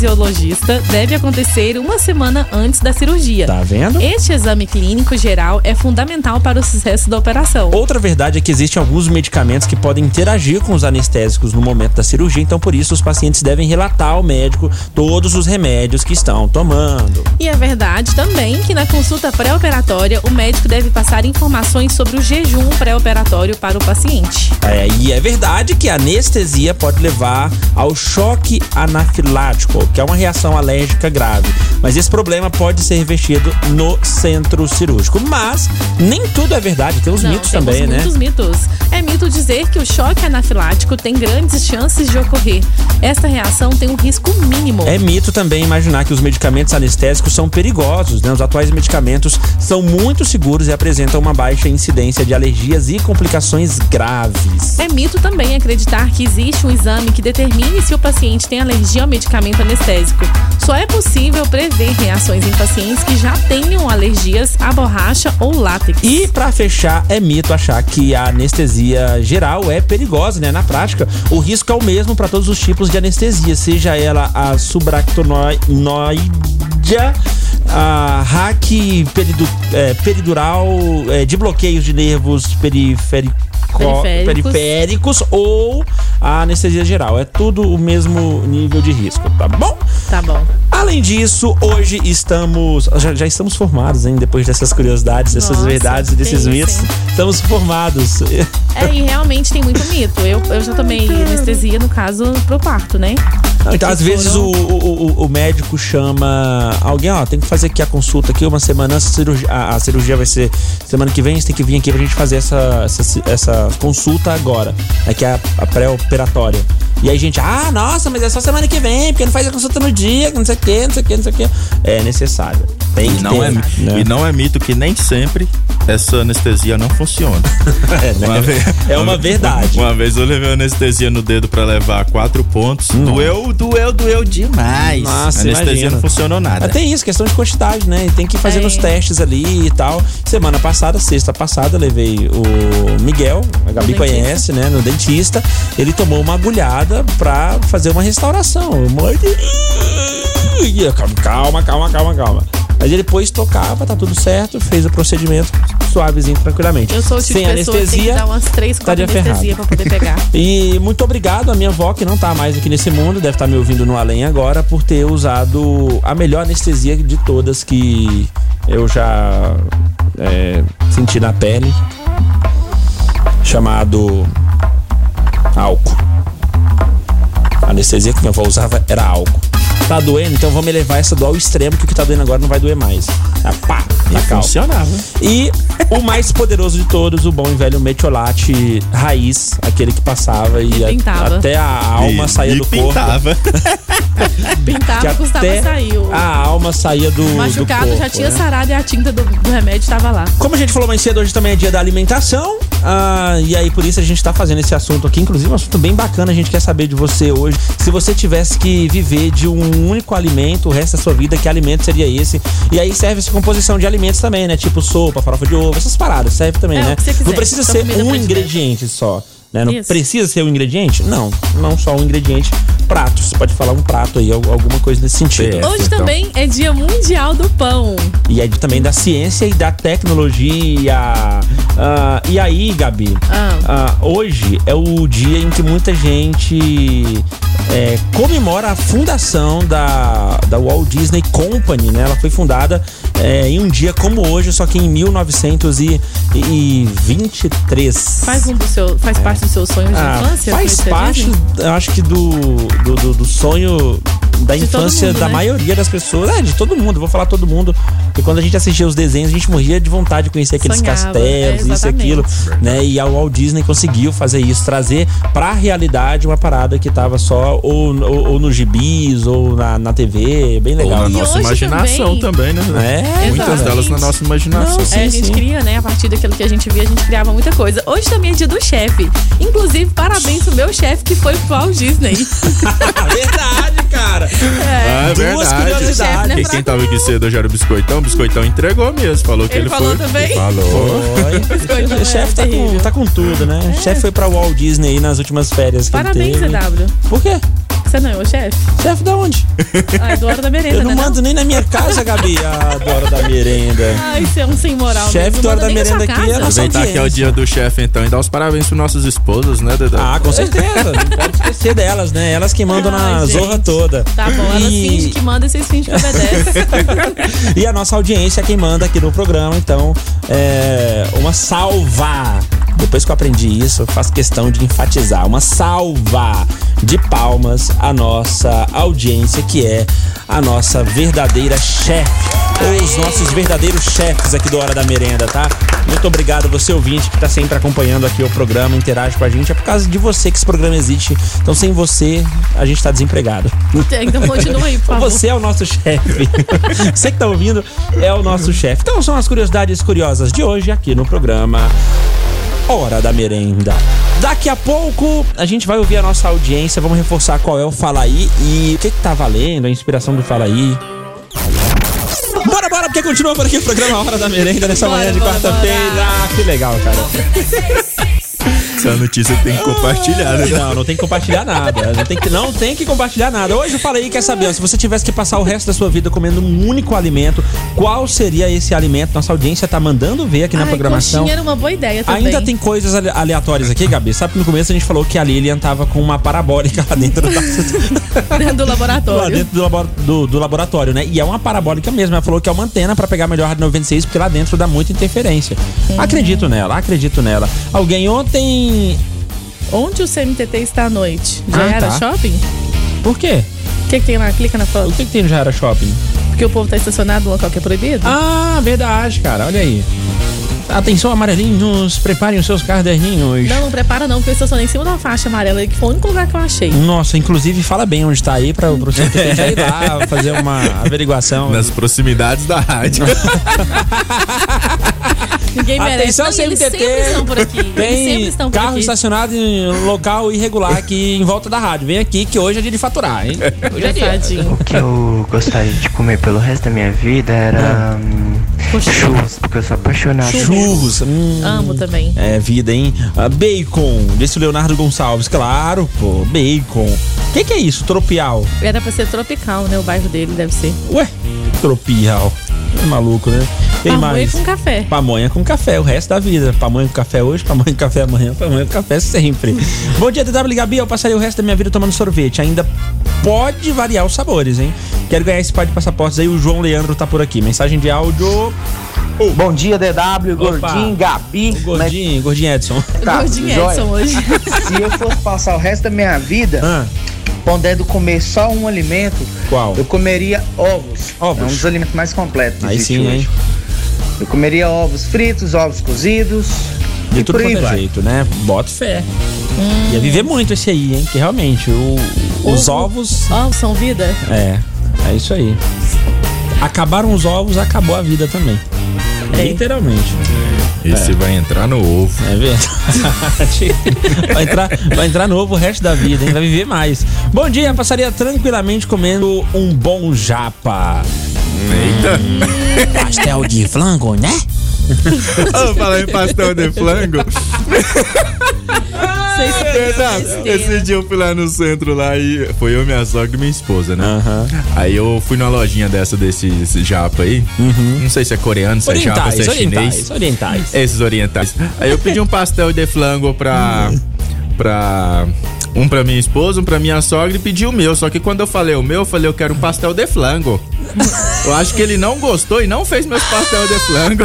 S3: anestesiologista deve acontecer uma semana antes da cirurgia.
S2: Tá vendo?
S3: Este exame clínico geral é fundamental para o sucesso da operação.
S2: Outra verdade é que existem alguns medicamentos que podem interagir com os anestésicos no momento da cirurgia, então por isso os pacientes devem relatar ao médico todos os remédios que estão tomando.
S3: E é verdade também que na consulta pré-operatória, o médico deve passar informações sobre o jejum pré-operatório para o paciente.
S2: É, e é verdade que a anestesia pode levar ao choque anafilático, que é uma reação alérgica grave. Mas esse problema pode ser revestido no centro cirúrgico. Mas nem tudo é verdade, tem os
S3: Não,
S2: mitos
S3: temos
S2: também, né?
S3: muitos mitos. É mito dizer que o choque anafilático tem grandes chances de ocorrer. Esta reação tem um risco mínimo.
S2: É mito também imaginar que os medicamentos anestésicos são perigosos, né? Os atuais medicamentos são muito seguros e apresentam uma baixa baixa incidência de alergias e complicações graves.
S3: É mito também acreditar que existe um exame que determine se o paciente tem alergia ao medicamento anestésico. Só é possível prever reações em pacientes que já tenham alergias à borracha ou látex.
S2: E pra fechar, é mito achar que a anestesia geral é perigosa, né? Na prática, o risco é o mesmo para todos os tipos de anestesia, seja ela a subaractonoidia, a hack peridu- é, peridural, é, de bloqueios de nervos periférico-
S3: Periféricos.
S2: periféricos ou a anestesia geral. É tudo o mesmo nível de risco, tá bom?
S3: Tá bom.
S2: Além disso, hoje estamos. Já, já estamos formados, hein? Depois dessas curiosidades, dessas
S3: Nossa,
S2: verdades e desses
S3: tem
S2: mitos.
S3: isso, hein?
S2: Estamos formados.
S3: É, e realmente tem muito mito. Eu, eu já tomei anestesia, no caso, pro parto, né?
S2: Não, então,
S3: Que
S2: às vezes o,
S3: foram-
S2: o- o- o médico chama alguém, ó, tem que fazer aqui a consulta aqui uma semana, antes, a cirurgia, a, a cirurgia vai ser semana que vem, você tem que vir aqui pra gente fazer essa, essa, essa consulta agora. É que é a, a pré-operatória. E aí, gente, ah, nossa, mas é só semana que vem, porque não faz a consulta no dia, que não sei o que, não sei o que, não sei o que. É necessário. Tem que
S6: Não
S2: ter,
S6: é,
S2: né?
S6: e não é mito que nem sempre essa anestesia não funciona.
S2: É, né?
S6: Uma vez-
S2: É uma verdade.
S6: Uma vez eu levei anestesia no dedo pra levar quatro pontos.
S2: Hum.
S6: Doeu, doeu, doeu demais.
S2: Nossa,
S6: a anestesia
S2: imagina.
S6: não funcionou nada.
S2: Mas tem isso, questão de quantidade, né? Tem que ir fazendo
S3: É.
S2: os testes ali e tal. Semana passada, sexta passada, levei o Miguel, a Gabi
S3: No
S2: conhece, né? No dentista. Ele tomou uma agulhada pra fazer uma restauração. Eu mordi. Ih, eu, Calma, calma, calma, calma, calma. Mas ele depois tocava, tá tudo certo, fez o procedimento suavezinho, tranquilamente.
S3: Eu sou o tipo
S2: Sem
S3: de pessoa que tem que dar
S2: anestesia.
S3: umas três, quatro
S2: estaria ferrado.
S3: anestesia pra poder pegar.
S2: E muito obrigado à minha avó, que não tá mais aqui nesse mundo, deve estar me ouvindo no além agora, por ter usado a melhor anestesia de todas que eu já é, senti na pele, chamado álcool. A anestesia que minha avó usava era álcool. Tá doendo? Então vamos elevar essa do ao extremo, que o que tá doendo agora não vai doer mais. Ah, pá, na calma.
S6: Funcionava.
S2: E o mais poderoso de todos, o bom e velho metiolate raiz, aquele que passava e, a-
S3: pintava.
S2: até a alma
S6: e,
S2: saía
S6: e
S2: do corpo.
S6: pintava.
S2: Que
S3: Pintava, custava
S2: até
S3: saiu.
S2: A alma saía do, do
S3: Machucado
S2: corpo,
S3: já tinha
S2: né?
S3: sarado e a tinta do, do remédio tava lá.
S2: Como a gente falou mais cedo, hoje também é dia da alimentação. ah, e aí, por isso, a gente tá fazendo esse assunto aqui. Inclusive, um assunto bem bacana. A gente quer saber de você hoje. Se você tivesse que viver de um único alimento o resto da sua vida, que alimento seria esse? E aí serve essa composição de alimentos também, né? Tipo sopa, farofa de ovo, essas paradas. Serve também,
S3: É, o
S2: né?
S3: que você quiser.
S2: Não precisa
S3: Sua
S2: ser
S3: comida
S2: um
S3: predileto.
S2: ingrediente só. né? Não
S3: Isso.
S2: precisa ser um ingrediente? Não, não só um ingrediente. Prato. Você pode falar um prato aí, al- alguma coisa nesse sentido.
S6: É,
S3: Hoje
S6: então.
S3: também é dia mundial do pão.
S2: E aí também da ciência e da tecnologia. Ah, e aí, Gabi,
S3: Ah.
S2: ah, hoje é o dia em que muita gente é, comemora a fundação da, da Walt Disney Company, né? Ela foi fundada é, em um dia como hoje, só que em 1923.
S3: Faz, um do seu, faz parte dos seus sonhos de
S2: É. Ah,
S3: infância?
S2: faz
S3: Mr.
S2: parte,
S3: Disney?
S2: eu acho que do, do, do- do sonho da
S3: De todo
S2: infância
S3: mundo,
S2: da
S3: né?
S2: maioria das pessoas. É, de todo mundo, eu vou falar todo mundo. E quando a gente assistia os desenhos, a gente morria de vontade de conhecer aqueles
S3: Sonhava,
S2: castelos,
S3: é,
S2: isso e aquilo.
S3: exatamente.
S2: Né? E a Walt Disney conseguiu fazer isso, trazer pra realidade uma parada que tava só ou, ou, ou nos gibis, ou na, na TV. Bem
S6: Ou
S2: legal.
S6: na
S3: E
S6: nossa
S3: hoje
S6: imaginação também, né?
S2: É,
S6: Muitas
S3: Exatamente.
S6: delas na nossa imaginação.
S2: Não, sim.
S3: É, a gente cria, né? A partir daquilo que a gente via, a gente criava muita coisa. Hoje também é dia do chefe. Inclusive, parabéns pro meu chefe que foi pro Walt Disney.
S2: verdade, cara.
S6: Ah, é
S2: Duas curiosidades.
S3: Chefe, né,
S6: E
S3: pra-
S6: quem tava aqui cedo hoje era o Biscoitão. O Biscoitão entregou mesmo. Falou que
S3: Ele
S6: ele,
S3: falou
S6: foi.
S3: também?
S6: Falou.
S3: Biscoito
S2: Oi.
S3: é
S2: O chefe tá com,
S3: terrível. É.
S2: tá com tudo, né? O chefe foi pra Walt Disney aí nas últimas férias que
S3: Parabéns,
S2: ele teve.
S3: CW.
S2: Por quê?
S3: Você não é o chefe?
S2: Chefe da onde?
S3: Ah, é do Hora da Merenda,
S2: Eu não
S3: né,
S2: mando nem na minha casa, Gabi, a do Hora da Merenda.
S3: Ai, você é um sem moral.
S2: Chefe
S3: mesmo.
S2: do Hora
S3: Manda
S2: da
S3: nem na
S2: Merenda
S3: sua
S2: aqui
S3: casa.
S2: é nossa
S6: Aproveitar que é o dia do chefe, então, e dar os parabéns para nossas esposas, né, Dedé?
S2: Ah, com certeza. Não pode esquecer delas, né? Elas que mandam na
S3: Ai, gente.
S2: zorra toda.
S3: Tá bom, ela
S2: E-
S3: finge que manda e vocês fingem que obedece.
S2: E a nossa audiência é quem manda aqui no programa, então é uma salva. Depois que eu aprendi isso, eu faço questão de enfatizar. Uma salva de palmas a nossa audiência, que é a nossa verdadeira chefe. Ou os nossos verdadeiros chefes aqui do Hora da Merenda, tá? Muito obrigado você ouvinte que tá sempre acompanhando aqui o programa, interage com a gente. É por causa de você que esse programa existe. Então sem você, a gente tá desempregado.
S3: Então continua aí, por favor.
S2: Você é o nosso chefe. Você que tá ouvindo é o nosso chefe. Então são as curiosidades curiosas de hoje aqui no programa Hora da Merenda. Daqui a pouco a gente vai ouvir a nossa audiência, vamos reforçar qual é o Fala Aí e o que, que tá valendo, a inspiração do Fala Aí. Bora, bora, porque continua por aqui o programa Hora da Merenda nessa
S3: Bora,
S2: manhã de
S3: bora,
S2: quarta-feira.
S3: bora.
S2: Ah, que legal, cara.
S6: Essa notícia tem que compartilhar, né?
S2: Não, não tem que compartilhar nada. Não tem que, não tem que compartilhar nada. Hoje eu falei que quer saber, ó, se você tivesse que passar o resto da sua vida comendo um único alimento, qual seria esse alimento? Nossa audiência tá mandando ver aqui na
S3: Ai,
S2: programação.
S3: coxinha era uma boa ideia também.
S2: Ainda tem coisas ale- aleatórias aqui, Gabi. Sabe que no começo a gente falou que a Lilian tava com uma parabólica lá dentro da,
S3: Né, do
S2: lá
S3: laboratório.
S2: dentro do, labor- do- do laboratório, né? E é uma parabólica mesmo. Ela falou que é uma antena pra pegar melhor a Rádio 96, porque lá dentro dá muita interferência. Acredito nela, acredito nela. Alguém ontem.
S3: Onde o CMTT está à noite? Já
S2: Ah,
S3: era
S2: tá.
S3: shopping?
S2: Por quê?
S3: O que, que tem lá? Clica na
S2: O
S3: foto.
S2: que, que tem no Jara Shopping?
S3: Porque o povo tá estacionado num local que é proibido?
S2: Ah, verdade, cara. Olha aí. Atenção, amarelinhos, preparem os seus caderninhos.
S3: Não, não prepara não, porque eu estacionei em cima de uma faixa amarela, que foi o único lugar que eu achei.
S2: Nossa, inclusive fala bem onde tá aí pra, pro centro já ir lá fazer uma averiguação.
S6: Nas proximidades da rádio.
S3: Ninguém merece.
S2: Atenção,
S3: Não, e eles
S2: CMTT.
S3: sempre estão por aqui. eles sempre
S2: Tem
S3: estão por
S2: carro
S3: aqui.
S2: estacionado em local irregular aqui em volta da rádio. Vem aqui que hoje é dia de faturar, hein? Hoje é dia.
S3: Engraçadinho.
S7: O que eu gostaria de comer pelo resto da minha vida era hum,
S3: Poxa.
S7: churros, porque eu sou apaixonado.
S2: Ah. Churros. hum,
S3: Amo também.
S2: É vida, hein? Ah, bacon. Desse Leonardo Gonçalves. Claro, pô. Bacon. O que, que é isso? Tropial.
S3: Era pra ser tropical, né? O bairro dele deve ser.
S2: Ué, tropial. É maluco, né? Tem
S3: Arrumei
S2: mais.
S3: com café.
S2: Pamonha com café, o resto da vida. Pamonha com café hoje, pamonha com café amanhã, pamonha com café sempre. Bom dia, DW Gabi. Eu passarei o resto da minha vida tomando sorvete. Ainda pode variar os sabores, hein? Quero ganhar esse par de passaportes aí. O João Leandro tá por aqui. Mensagem de áudio.
S8: Bom dia, DW,
S2: Ah.
S8: Gordinho, é Gabi.
S2: O gordinho, Gordinho Edson.
S8: Tá,
S3: Gordinho
S8: joia.
S3: Edson hoje.
S8: Se eu fosse passar o resto da minha vida
S2: Ah,
S8: podendo comer só um alimento,
S2: qual?
S8: eu comeria ovos.
S2: Ovos.
S8: É um dos alimentos mais completos. que
S2: Aí
S8: existe
S2: sim,
S8: hoje.
S2: hein?
S8: Eu comeria ovos fritos, ovos cozidos.
S2: De
S8: e
S2: tudo
S8: por aí
S2: quanto é
S8: vai.
S2: jeito, né? Bota fé. Ia viver muito esse aí, hein? Que realmente, o- os
S3: Hum. Ovo.
S2: ovos
S3: Ó, o São Vida.
S2: É, é isso aí. Acabaram os ovos, acabou a vida também.
S3: É.
S2: Literalmente.
S6: Esse vai entrar no ovo.
S2: É verdade. vai, entrar, vai entrar novo o resto da vida, hein? Vai viver mais. Bom dia, passaria tranquilamente comendo um bom japa. Eita! Pastel de flango, né?
S6: Ah, falar em pastel de flango.
S2: É
S3: Vocês são
S6: Verdade. Esse dia eu fui lá no centro lá e foi eu, minha sogra e minha esposa, né?
S2: Aham.
S6: Aí eu fui numa lojinha dessa desse, esse japa aí. Não sei se é coreano, se é japa, se é
S2: Orientais, orientais,
S6: chinês.
S2: orientais.
S6: Esses orientais. Aí eu pedi um pastel de flango pra. pra. Um pra minha esposa, um pra minha sogra e pedi o meu. Só que quando eu falei o meu, eu falei, eu quero um pastel de flango. Eu acho que ele não gostou e não fez meus pastel de flango.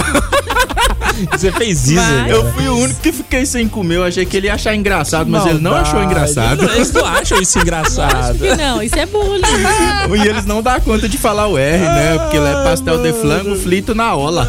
S2: Você fez isso,
S3: Vai.
S2: cara.
S6: Eu fui o único que fiquei sem comer. Eu achei que ele ia achar engraçado, mas ele não achou engraçado.
S2: Não, eles não acham isso engraçado.
S3: Que não, isso é bullying.
S6: E eles não dá conta de falar o R, né? Porque lá é pastel de flango frito na ola.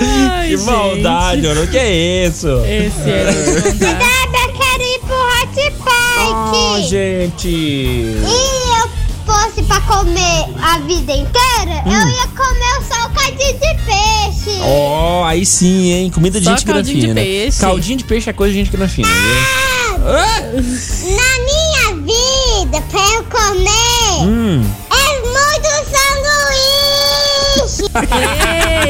S3: Ai,
S2: Que
S3: gente.
S2: maldade, mano. Que é isso?
S3: Esse é de maldade.
S9: Eu quero ir pro Hot
S2: Oh,
S9: Park!
S2: gente.
S9: e eu fosse pra comer a vida inteira, eu ia comer o salgadinho de peixe!
S2: Hum. Ó, aí sim, hein? Comida de
S3: Só
S2: gente grã
S3: caldinho de
S2: fina.
S3: peixe.
S2: Caldinho de peixe é coisa de gente grã fina. viu?
S9: Na minha vida, pra eu comer,
S2: Hum.
S9: é muito sanduíche!
S3: um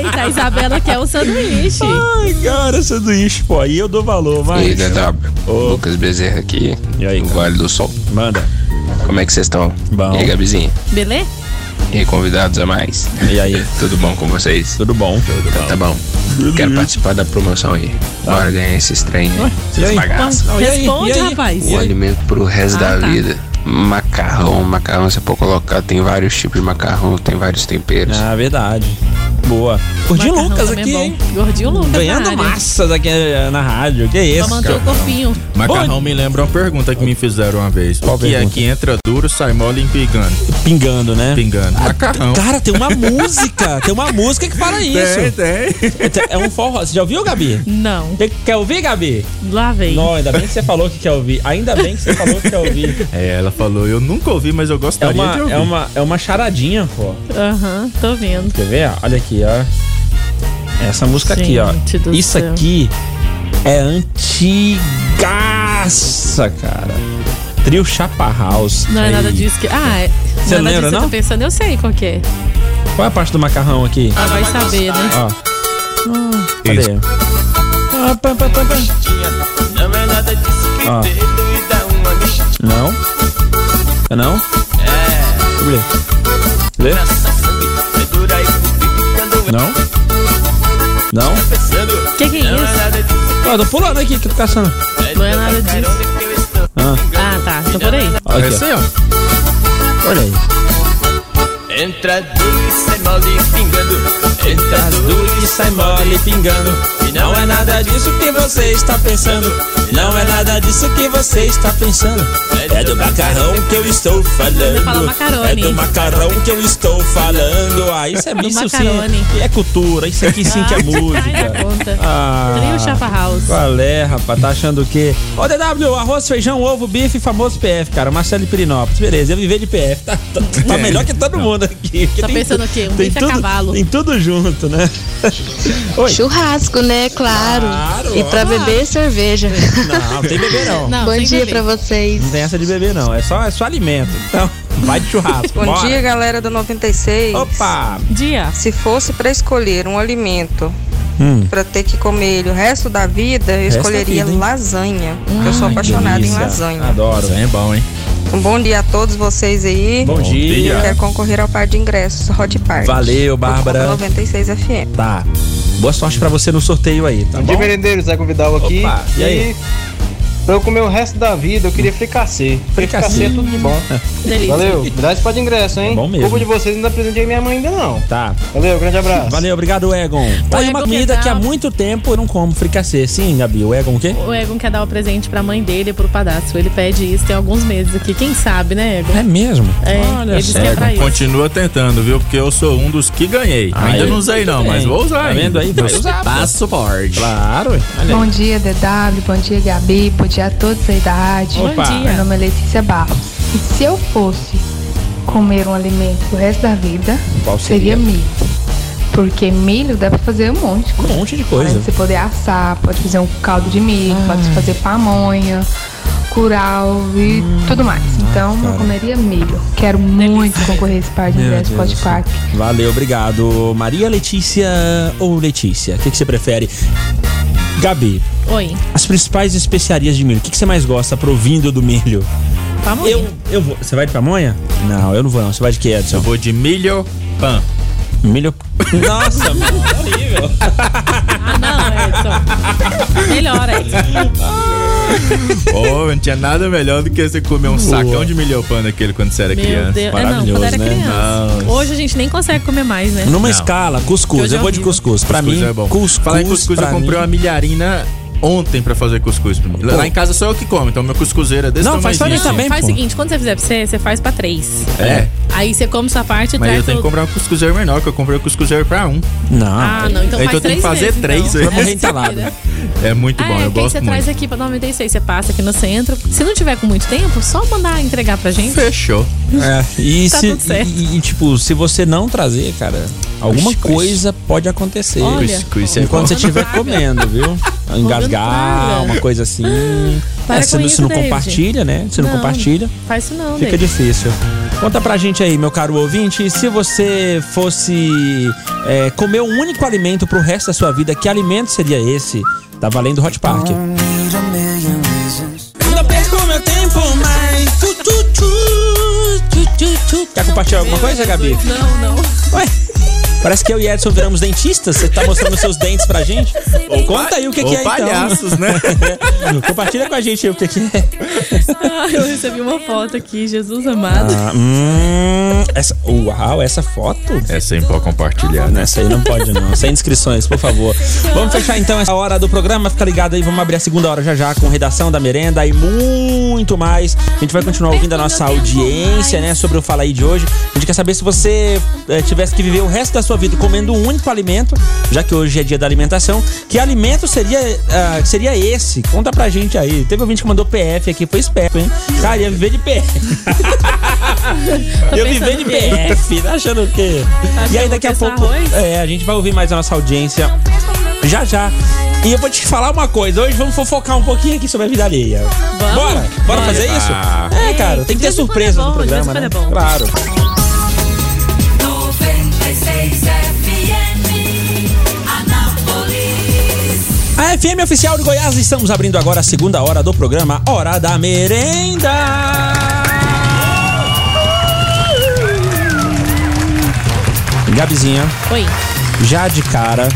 S3: Eita, a Isabela quer o sanduíche.
S2: Ai, cara, sanduíche, pô. Aí eu dou valor,
S10: E aí,
S2: mas...
S10: DW,
S2: Ô.
S10: Lucas Bezerra aqui,
S2: E aí,
S10: do
S2: cara?
S10: Vale do Sol.
S2: Manda.
S10: Como é que vocês estão?
S2: Bom.
S10: E aí, Gabizinho?
S3: Beleza?
S10: E aí, convidados a mais?
S2: E aí?
S10: Tudo bom com vocês?
S2: Tudo bom?
S10: Então tá bom. Quero participar da promoção aí. Bora ganhar esses trem aí.
S2: E aí?
S10: Essas bagaças.
S2: Não, e aí?
S3: Responde,
S2: E aí?
S3: rapaz.
S10: O alimento pro resto
S3: Ah,
S10: da
S3: tá.
S10: vida. Macarrão, macarrão você pode colocar, tem vários tipos de macarrão, tem vários temperos.
S2: Ah, verdade. Boa. Gordinho
S3: Macarrão
S2: Lucas
S3: também é
S2: aqui,
S3: bom.
S2: hein? Tá
S3: Gordinho Lucas. na
S2: Ganhando
S3: área.
S2: massas aqui eh, na rádio. Que
S3: Pra
S2: isso?
S3: manter o corpinho.
S6: Macarrão um me lembra uma pergunta que me fizeram uma vez.
S2: Qual
S6: o que
S2: pergunta?
S6: é que entra duro, sai mole e pingando?
S2: Pingando, né?
S6: Pingando. um Macarrão.
S2: Cara, tem uma música. Tem uma música que
S10: É
S2: fala
S6: Tem,
S2: isso.
S6: tem.
S2: É um forró. Você já ouviu, Gabi?
S3: Não,
S2: Você Quer ouvir, Gabi?
S3: lá vem.
S2: Não, ainda bem que você falou que quer ouvir. Ainda bem que você falou que quer ouvir.
S6: É, ela falou, eu nunca ouvi, mas eu
S2: É
S6: gostaria de
S2: uma,
S6: ouvir.
S2: é uma, é uma charadinha, pô.
S3: Aham, tô vendo.
S2: Quer ver? Olha aqui, ó. Essa música aqui, ó.
S3: Gente do
S2: Isso
S3: céu.
S2: aqui é antigaça, cara. Trio Chapa House.
S3: Não é
S2: Aí.
S3: nada disso que. Ah, é.
S2: Você
S3: não é nada
S2: lembra,
S3: disso que Eu
S2: não?
S3: tô pensando, eu sei qual que é.
S2: Qual é a parte do macarrão aqui?
S3: Ela vai saber, né?
S2: Ó. Cadê?
S6: Isso.
S2: Ah, pá, pá, pá, pá. Ó. Ah. Não. É não? É. Lê. Lê. Não. Não.
S3: Que que é isso?
S2: Ó, eu tô pulando aqui, que eu tô caçando.
S3: Não é nada disso.
S2: Ah.
S3: Ah, tá. Tô por aí.
S2: Olha
S6: É
S2: aqui,
S6: isso aí, ó.
S2: ó. Olha aí.
S11: Entra duro e sai mole pingando. Entra
S2: Tá duro e sai mole pingando. E não é nada disso que você está pensando. Não é nada disso que você está pensando. É do macarrão que eu estou
S3: Você fala
S2: falando.
S3: macarone.
S2: É do macarrão que eu estou falando. Ah, isso é
S3: Do
S2: isso
S3: macarone.
S2: sim. É cultura, isso aqui sim que é
S3: Ai, dá
S2: música.
S3: conta.
S2: Ah.
S3: Trio Chapa House.
S2: Qual é, rapaz? Tá achando o quê? Ô, DW, arroz, feijão, ovo, bife, famoso PF, cara. Marcelo Pirinópolis, beleza. Eu viver de PF. Tá, tá- tá
S12: É.
S2: melhor que todo mundo aqui. porque
S3: Tá
S2: tem
S3: pensando
S2: tu-
S3: o quê? Um
S2: tem
S3: bife a
S2: tudo-
S3: cavalo.
S2: Tem tudo junto, né? Oi.
S13: Churrasco, né? Claro.
S2: Claro,
S13: e pra
S2: ó.
S13: beber, cerveja.
S2: Não, tem bebê não.
S3: Não,
S13: Bom
S3: sem
S13: dia
S3: beber.
S13: pra vocês.
S2: Não tem essa de bebê não. É só, é só alimento. Então, vai de churrasco.
S12: Bom
S2: bora.
S12: dia, galera do 96.
S2: Opa!
S3: Dia.
S12: Se fosse pra escolher um alimento
S2: Hum.
S12: pra ter que comer ele o resto da vida, eu
S2: Resto da
S12: escolheria
S2: vida, hein?
S12: lasanha. eu sou
S2: Ai,
S12: apaixonada em
S2: delícia.
S12: lasanha.
S2: Adoro.
S6: Isso aí é bom, hein?
S12: Um bom dia a todos vocês aí.
S2: Bom, dia.
S12: Quer concorrer ao par de ingressos, Hot Party.
S2: Valeu,
S12: Por
S2: Bárbara.
S12: conta 96 FM.
S2: Tá. Boa sorte pra você no sorteio aí, tá
S8: Bom
S2: bom?
S8: dia, merendeiros. Zé Convidal aqui.
S2: Opa, e aí?
S8: pra eu comer o resto da vida, eu queria fricassê. Fricassê é tudo de bom.
S3: Delícia.
S8: Valeu. Me dá esse par de ingresso, hein?
S2: É bom mesmo.
S8: Culpa de vocês, não apresentei minha mãe ainda não.
S2: Tá.
S8: Valeu, grande abraço.
S2: Valeu, obrigado, Egon. Tá aí
S3: Egon
S2: uma
S3: quer
S2: comida
S3: dar-
S2: que há muito tempo eu não como fricassê. Sim, Gabi, o Egon o quê?
S3: O Egon quer dar o presente pra mãe dele e pro padastro. Ele pede isso tem alguns meses aqui. Quem sabe, né, Egon?
S2: É mesmo?
S3: É,
S2: Olha
S3: ele
S2: só.
S3: disse que é pra isso.
S6: Continua tentando, viu? Porque eu sou um dos que ganhei.
S2: Ah,
S6: Ainda
S2: eu-
S6: não usei, não,
S2: Muito
S6: mas
S2: bem.
S6: vou usar.
S2: Tá vendo
S6: ainda.
S2: aí? Vai
S6: Meus
S2: usar, pô.
S6: Passaporte.
S2: Claro. Olha aí.
S14: Bom dia, DW, bom dia, Gabi, bom dia a todos aí da rádio.
S2: Opa. Bom dia.
S14: Meu nome é Letícia Barros. E se eu fosse comer um alimento o resto da vida,
S2: Qual seria?
S14: seria? milho. Porque milho dá pra fazer um monte de
S2: Um
S14: coisa.
S2: monte de coisa.
S14: Além de Você poder assar, pode fazer um caldo de milho,
S2: Ah.
S14: pode fazer pamonha, curau e tudo mais. Então,
S2: Hum. cara.
S14: eu comeria milho. Quero muito concorrer a esse par de
S2: Meu
S14: ingressos
S2: Deus do
S14: pode
S2: céu.
S14: parque.
S2: Valeu, obrigado. Maria Letícia ou Letícia? O que, que você prefere? Gabi,
S3: Oi,
S2: as principais especiarias de milho. O que, que você mais gosta provindo do milho?
S3: vamos
S2: Eu, eu vou. Você vai de pamonha? Não, eu não vou não. Você vai de quê,
S6: Eu
S2: Edson?
S6: vou de milho pan.
S2: Milho. Nossa, mano, é horrível.
S3: Ah, não, Edson. Melhor, Edson.
S6: Oh, não tinha nada melhor do que você comer um sacão de milho pan daquele quando você era
S3: Meu
S6: criança.
S3: Deus. É, não, quando
S2: Maravilhoso,
S3: era
S2: né?
S3: criança. Hoje a gente nem consegue comer mais, né?
S2: Numa
S6: Não.
S2: escala, cuscuz.
S3: Hoje
S2: Eu
S3: é
S2: vou de
S3: horrível.
S2: cuscuz. Pra
S6: Cuscuz
S2: mim,
S6: é bom.
S2: cuscuz.
S6: Falar em cuscuz, eu
S2: pra
S6: comprei
S2: mim-
S6: uma milharina ontem pra fazer cuscuz pra mim. Lá
S2: Pô.
S6: em casa sou eu que como, então meu cuscuzeiro é desse
S2: Não, faz
S6: tamanhozinho
S2: só
S6: assim.
S2: também,
S3: Faz o
S2: pô.
S3: seguinte, quando você fizer pra você, você faz pra três.
S6: É,
S3: Aí você come sua parte e
S6: mas
S3: traz
S6: eu tenho que
S3: pro-
S6: comprar um cuscuzeiro menor, que eu comprei o cuscuzeiro pra um.
S2: Não.
S3: Ah, não, então
S6: Então
S3: faz
S6: eu tenho que
S3: três
S6: fazer
S3: vezes,
S6: três
S3: então.
S2: Pra
S6: vezes.
S2: morrer entalado.
S6: É muito
S3: Ah,
S6: bom,
S3: é,
S6: eu
S3: que aí
S6: gosto
S3: você
S6: muito.
S3: traz aqui pra 96, você passa aqui no centro. Se não tiver com muito tempo, só mandar entregar pra gente.
S6: Fechou.
S2: É, e,
S3: Tá
S2: se,
S3: tudo certo.
S2: e- e, tipo, se você não trazer, cara, alguma
S6: Cuscuz.
S2: coisa pode acontecer.
S3: Olha,
S6: Cuscuz é bom.
S2: Enquanto você estiver
S3: Praga.
S2: comendo, viu? Engasgar,
S3: praga.
S2: uma coisa assim.
S3: Para
S2: É, se
S3: com
S2: não, se
S3: isso,
S2: não
S3: David.
S2: compartilha, né? Se não,
S3: Não.
S2: compartilha,
S3: Faz isso não,
S2: fica
S3: David.
S2: difícil. Conta pra gente aí, meu caro ouvinte, se você fosse é, comer um único alimento pro resto da sua vida, que alimento seria esse? Tá valendo Hot Park. Ainda perco meu tempo, mas. Tu, tu, tu, tu, tu, tu. Quer compartilhar alguma coisa, Gabi?
S3: Não, não.
S2: Ué? Parece que eu e Edson viramos dentistas. Você tá mostrando seus dentes pra gente?
S6: Ou
S2: Conta
S6: pa-
S2: aí o que,
S6: ou
S2: que é
S6: palhaços,
S2: então. né? Compartilha com a gente aí o que, que é.
S3: Ah, eu recebi uma foto aqui, Jesus amado.
S2: Ah, hum, essa, uau, essa foto? Essa aí não pode compartilhar. Essa aí não pode, não. Sem inscrições, por favor. Vamos fechar então essa hora do programa. Fica ligado aí, vamos abrir a segunda hora já já com redação da merenda e muito mais. A gente vai continuar ouvindo a nossa audiência, né? Sobre o Fala aí de hoje. A gente quer saber se você eh, tivesse que viver o resto da sua vida comendo um único alimento, já que hoje é dia da alimentação, que alimento seria, ah, seria esse? Conta pra gente aí. Teve ouvinte que mandou PF aqui, foi esperto, hein? Cara, ia viver de PF. Eu viver de BF, tá achando o quê? e aí daqui a pouco. É, a gente vai ouvir mais a nossa audiência já já. E eu vou te falar uma coisa, hoje vamos fofocar um pouquinho aqui sobre a vida alheia.
S11: Vamos?
S2: Bora? Bora
S11: Bora.
S2: fazer isso?
S11: Ah.
S2: É, cara, tem que ter surpresa no programa, né? Claro.
S11: 96 FM, Anápolis.
S2: A FM Oficial de Goiás, estamos abrindo agora a segunda hora do programa Hora da Merenda. Gabizinha,
S3: Oi.
S2: já de cara,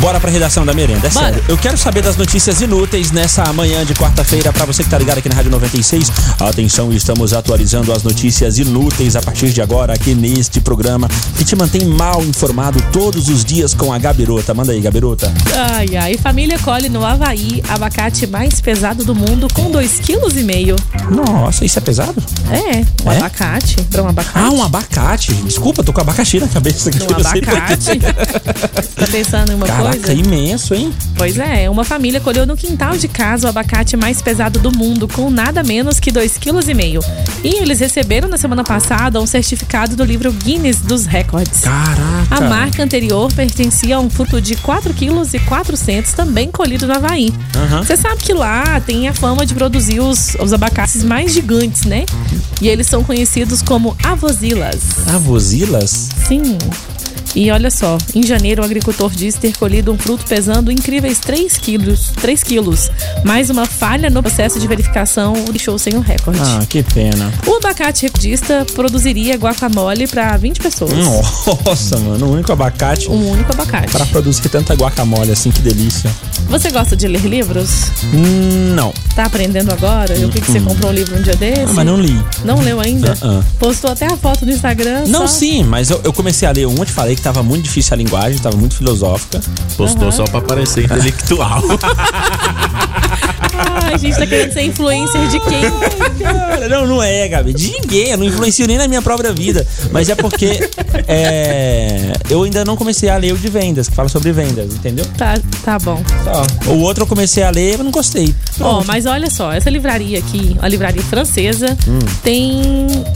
S2: bora pra redação da merenda, é
S3: Bora.
S2: sério. Eu quero saber das notícias inúteis nessa manhã de quarta-feira pra você que tá ligado aqui na Rádio 96. Atenção, estamos atualizando as notícias inúteis a partir de agora aqui neste programa que te mantém mal informado todos os dias com a Gabirota. Manda aí, Gabirota.
S3: Ai, ai. Família colhe no Havaí abacate mais pesado do mundo com 2,5 kg.
S2: Nossa, isso é pesado?
S3: É, um
S2: É?
S3: abacate. Pra um abacate.
S2: Ah, um abacate. Desculpa, tô com abacaxi na cabeça. aqui,
S3: Um
S2: eu não sei por quê.
S3: abacate? Tá pensando em uma
S2: Caraca,
S3: coisa?
S2: imenso, hein?
S3: Pois é, uma família colheu no quintal de casa o abacate mais pesado do mundo, com nada menos que 2,5 kg. E eles receberam na semana passada um certificado do livro Guinness dos Recordes.
S2: Caraca!
S3: A marca anterior pertencia a um fruto de 4,4 kg, também colhido no Havaí.
S11: Aham.
S3: Você sabe que lá tem a fama de produzir os, os abacates mais gigantes, né? E eles são conhecidos como avozilas.
S2: Ah, Avozilas?
S3: Sim. E olha só, em janeiro o agricultor diz ter colhido um fruto pesando incríveis 3 quilos. 3 quilos. Mais uma falha no processo de verificação o deixou sem o recorde.
S2: Ah, que pena.
S3: O abacate recordista produziria guacamole para 20 pessoas.
S2: Nossa, mano, um único abacate.
S3: Um único abacate.
S2: Pra produzir tanta guacamole assim, que delícia.
S3: Você gosta de ler livros?
S2: Hum, não.
S3: Tá aprendendo agora? Eu vi que você comprou um livro um dia desse.
S2: Hum. Ah, mas não li.
S3: Não leu ainda?
S2: Ah, ah.
S3: Postou até a foto no Instagram.
S2: Não,
S3: só.
S2: sim, mas eu, eu comecei a ler um, eu te falei que tava muito difícil a linguagem, tava muito filosófica.
S3: Postou Aham. só
S2: pra parecer intelectual.
S3: Ai, a gente tá querendo ser influencer de quem?
S2: Cara, não, não é, Gabi. De ninguém. Eu não influencio nem na minha própria vida. Mas é porque é, eu ainda não comecei a ler o de vendas, que fala sobre vendas, entendeu?
S3: Tá, tá bom.
S2: Só. O outro eu comecei a ler, mas não gostei.
S3: Ó, mas olha só, essa livraria aqui, a livraria francesa,
S2: Hum.
S3: tem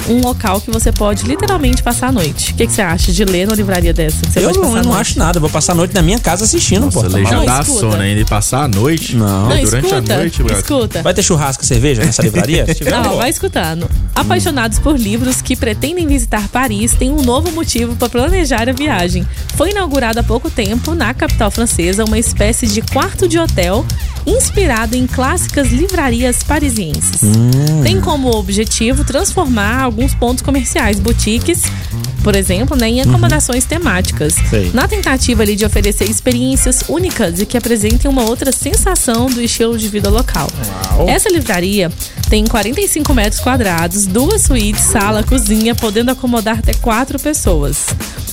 S3: um local que você pode literalmente passar a noite. O que, que você acha de ler numa livraria dessa? Que você
S2: eu
S3: pode
S2: não,
S3: passar
S2: eu
S3: a
S2: não
S3: noite?
S2: acho nada. Eu vou passar a noite na minha casa assistindo, pô. Tá
S6: Ler já
S2: maluco?
S6: dá sono ainda e passar a noite? Não,
S3: Não,
S6: durante
S3: escuta,
S6: a noite, brother.
S3: escuta.
S2: Vai ter churrasco e cerveja nessa livraria? Se tiver, eu
S3: Não,
S2: vou.
S3: vai escutando. Apaixonados por livros que pretendem visitar Paris têm um novo motivo para planejar a viagem. Foi inaugurada há pouco tempo, na capital francesa, uma espécie de quarto de hotel inspirado em clássicas livrarias parisienses. Tem como objetivo transformar alguns pontos comerciais, boutiques, por exemplo, né, em acomodações temáticas.
S11: Sei.
S3: Na tentativa ali de oferecer experiências únicas e que apresentem uma outra sensação do estilo de vida local.
S11: Uau.
S3: Essa livraria tem 45 metros quadrados, duas suítes, sala, cozinha, podendo acomodar até quatro pessoas.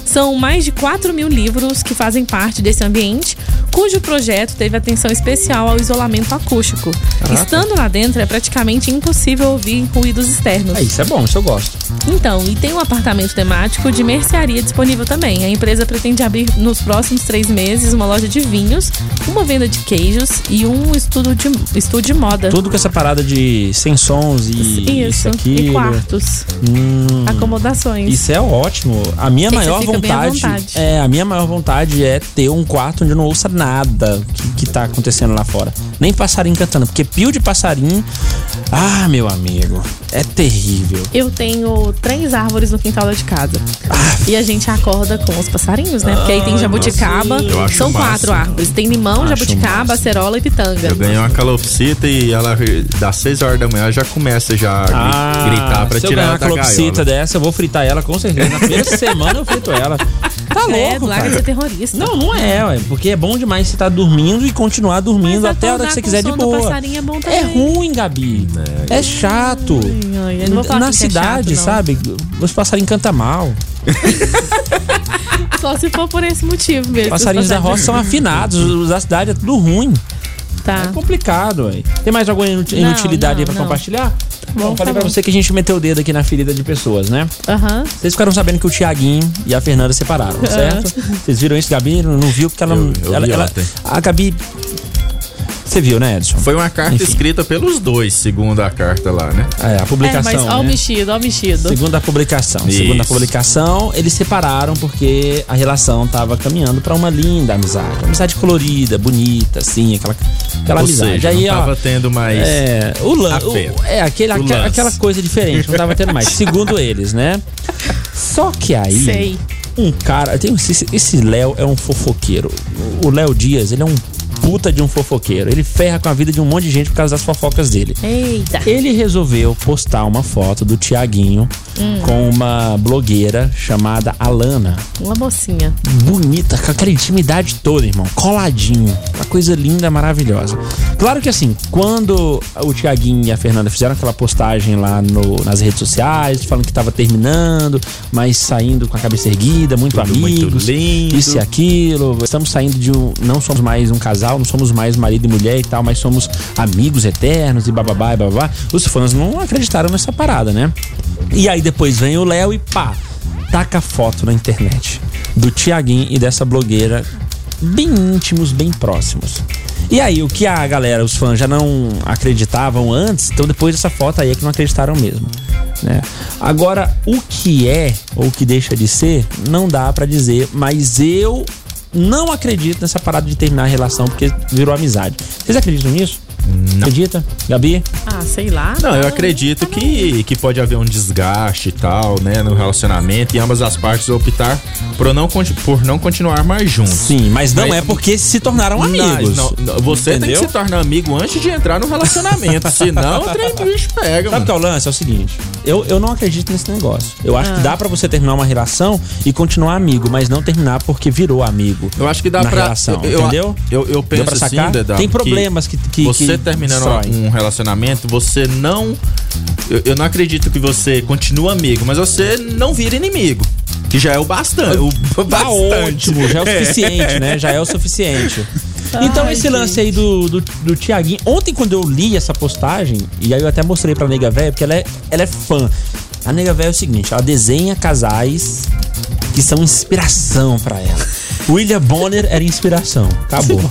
S3: São mais de 4 mil livros que fazem parte desse ambiente, cujo projeto teve atenção especial ao isolamento acústico.
S2: Caraca.
S3: Estando lá dentro, é praticamente impossível ouvir ruídos externos.
S2: É, isso é bom, isso eu gosto.
S3: Então, e tem um apartamento temático de mercearia disponível também. A empresa pretende abrir nos próximos três meses uma loja de vinhos, uma venda de queijos e um estudo de, estudo de moda.
S2: Tudo com essa parada de sem sons e isso,
S3: isso,
S2: aqui. né? Hum.
S3: e quartos, acomodações.
S2: Isso é ótimo. A minha
S3: Que você
S2: maior
S3: fica bem à
S2: vontade,
S3: vontade.
S2: é a minha maior vontade é ter um quarto onde eu não ouça nada que, que tá acontecendo lá fora. Nem passarinho cantando, porque pio de passarinho, ah, meu amigo, é terrível.
S3: Eu tenho três árvores no quintal de casa.
S2: Ah.
S3: E a gente acorda com os passarinhos, né? Porque aí tem
S6: Ah,
S3: jabuticaba.
S6: nossa. Eu acho
S3: São
S6: o
S3: quatro
S6: máximo.
S3: árvores. Tem limão,
S6: Acho o
S3: jabuticaba, acerola e pitanga.
S6: Eu ganhei uma calopsita e ela das 6 horas da manhã ela já começa já a gri- gritar pra
S2: Ah, se eu
S6: tirar
S2: ganhar
S6: ela
S2: uma
S6: da gaiola.
S2: calopsita dessa, eu vou fritar ela com certeza. Na primeira semana eu frito ela. Ela. Tá louco.
S3: É, larga de
S2: cara.
S3: ser terrorista.
S2: Não, não é, ué. Porque é bom demais você estar dormindo e continuar dormindo
S3: é
S2: até a hora que você quiser de boa.
S3: Passarinho é, bom
S2: É
S3: também.
S2: ruim, Gabi. É chato.
S3: ai, eu não vou falar
S2: Na
S3: que isso é
S2: cidade,
S3: chato, não.
S2: sabe? Os passarinhos cantam mal.
S3: Só se for por esse motivo
S2: Os
S3: mesmo.
S2: passarinhos da roça são afinados. Os da cidade é tudo ruim.
S3: Tá.
S2: É complicado, ué. Tem mais alguma inut-
S3: Não,
S2: inutilidade
S3: não,
S2: aí pra
S3: não.
S2: compartilhar?
S3: bom,
S2: eu falei
S3: tá
S2: pra
S3: bom.
S2: você que a gente meteu o dedo aqui na ferida de pessoas, né?
S3: Aham.
S2: Vocês ficaram sabendo que o Tiaguinho e a Fernanda separaram,
S3: Ah.
S2: certo? Vocês viram isso, Gabi? Não não viu porque ela não.
S6: eu
S2: ela-
S6: vi
S2: ela-
S6: ontem.
S2: a Gabi. Você viu, né, Edson?
S6: Foi uma carta
S2: Enfim.
S6: escrita pelos dois, segundo a carta lá, né?
S2: É, a publicação.
S3: É, mas ó o
S2: né?
S3: mexido, ó o mexido.
S2: Segundo a publicação.
S6: Isso.
S2: Segundo a publicação, eles separaram porque a relação tava caminhando pra uma linda amizade. Uma amizade colorida, bonita, assim, aquela, aquela
S6: Ou
S2: amizade.
S6: seja,
S2: Aí,
S6: não
S2: ó,
S6: tava tendo mais
S2: É, o lan-
S6: afeto.
S2: o- é aquele,
S6: O
S2: aqua-
S6: lance.
S2: aquela coisa diferente, não tava tendo mais, segundo eles, né? Só que aí.
S3: Sei.
S2: Um cara. Tem, um- esse esse Léo é um fofoqueiro. O Léo Dias, ele é um puta de um fofoqueiro. Ele ferra com a vida de um monte de gente por causa das fofocas dele.
S3: Eita.
S2: Ele resolveu postar uma foto do Tiaguinho
S3: Hum.
S2: com uma blogueira chamada Alana.
S3: Uma mocinha.
S2: Bonita, com aquela intimidade toda, irmão. Coladinho. Uma coisa linda, maravilhosa. Claro que assim, quando o Tiaguinho e a Fernanda fizeram aquela postagem lá no- nas redes sociais, falando que tava terminando, mas saindo com a cabeça erguida, muito
S6: Tudo
S2: amigos.
S6: muito lindo.
S2: Isso e aquilo. Estamos saindo de um. Não somos mais um casal, não somos mais marido e mulher e tal, mas somos amigos eternos e bababá e bababá. Os fãs não acreditaram nessa parada, né? E aí depois vem o Léo e pá, taca a foto na internet do Tiaguinho e dessa blogueira bem íntimos, bem próximos. E aí, o que a galera, os fãs já não acreditavam antes, então depois dessa foto aí é que não acreditaram mesmo. Né? Agora, o que é ou o que deixa de ser, não dá pra dizer, mas eu não acredito nessa parada de terminar a relação porque virou amizade. Vocês acreditam nisso? Não. Acredita? Gabi?
S3: Ah, sei lá.
S6: Não, eu acredito que, que pode haver um desgaste e tal, né, no relacionamento e ambas as partes optar por não, conti- por não continuar mais juntos.
S2: Sim, mas não é porque se tornaram amigos.
S6: Não, não, você tem
S2: Entendeu?
S6: que se tornar amigo antes de entrar no relacionamento, senão o trem bicho pega,
S2: Sabe
S6: mano.
S2: qual é o lance? É o seguinte: eu, eu não acredito nesse negócio. Eu acho
S6: Ah.
S2: que dá pra você terminar uma relação e continuar amigo, mas não terminar porque virou amigo.
S6: Eu acho que dá
S2: na
S6: pra.
S2: relação,
S6: eu, eu-
S2: entendeu?
S6: Eu, eu
S2: Deu
S6: penso
S2: pra
S6: assim,
S2: sacar?
S6: Dedão,
S2: Tem problemas que. que que
S6: você terminando
S2: destroem.
S6: um relacionamento, você não. Eu, eu não acredito que você continua amigo, mas você não vira inimigo. Que já é o bastante. O bastante.
S2: Tá ótimo, já é o suficiente, né? Já é o suficiente. Então,
S6: Ai,
S2: esse lance aí do, do, do Tiaguinho. Ontem, quando eu li essa postagem, e aí eu até mostrei pra nega véia, porque ela é, ela é fã. A nega véia é o seguinte: ela desenha casais que são inspiração pra ela. William Bonner era inspiração. Acabou.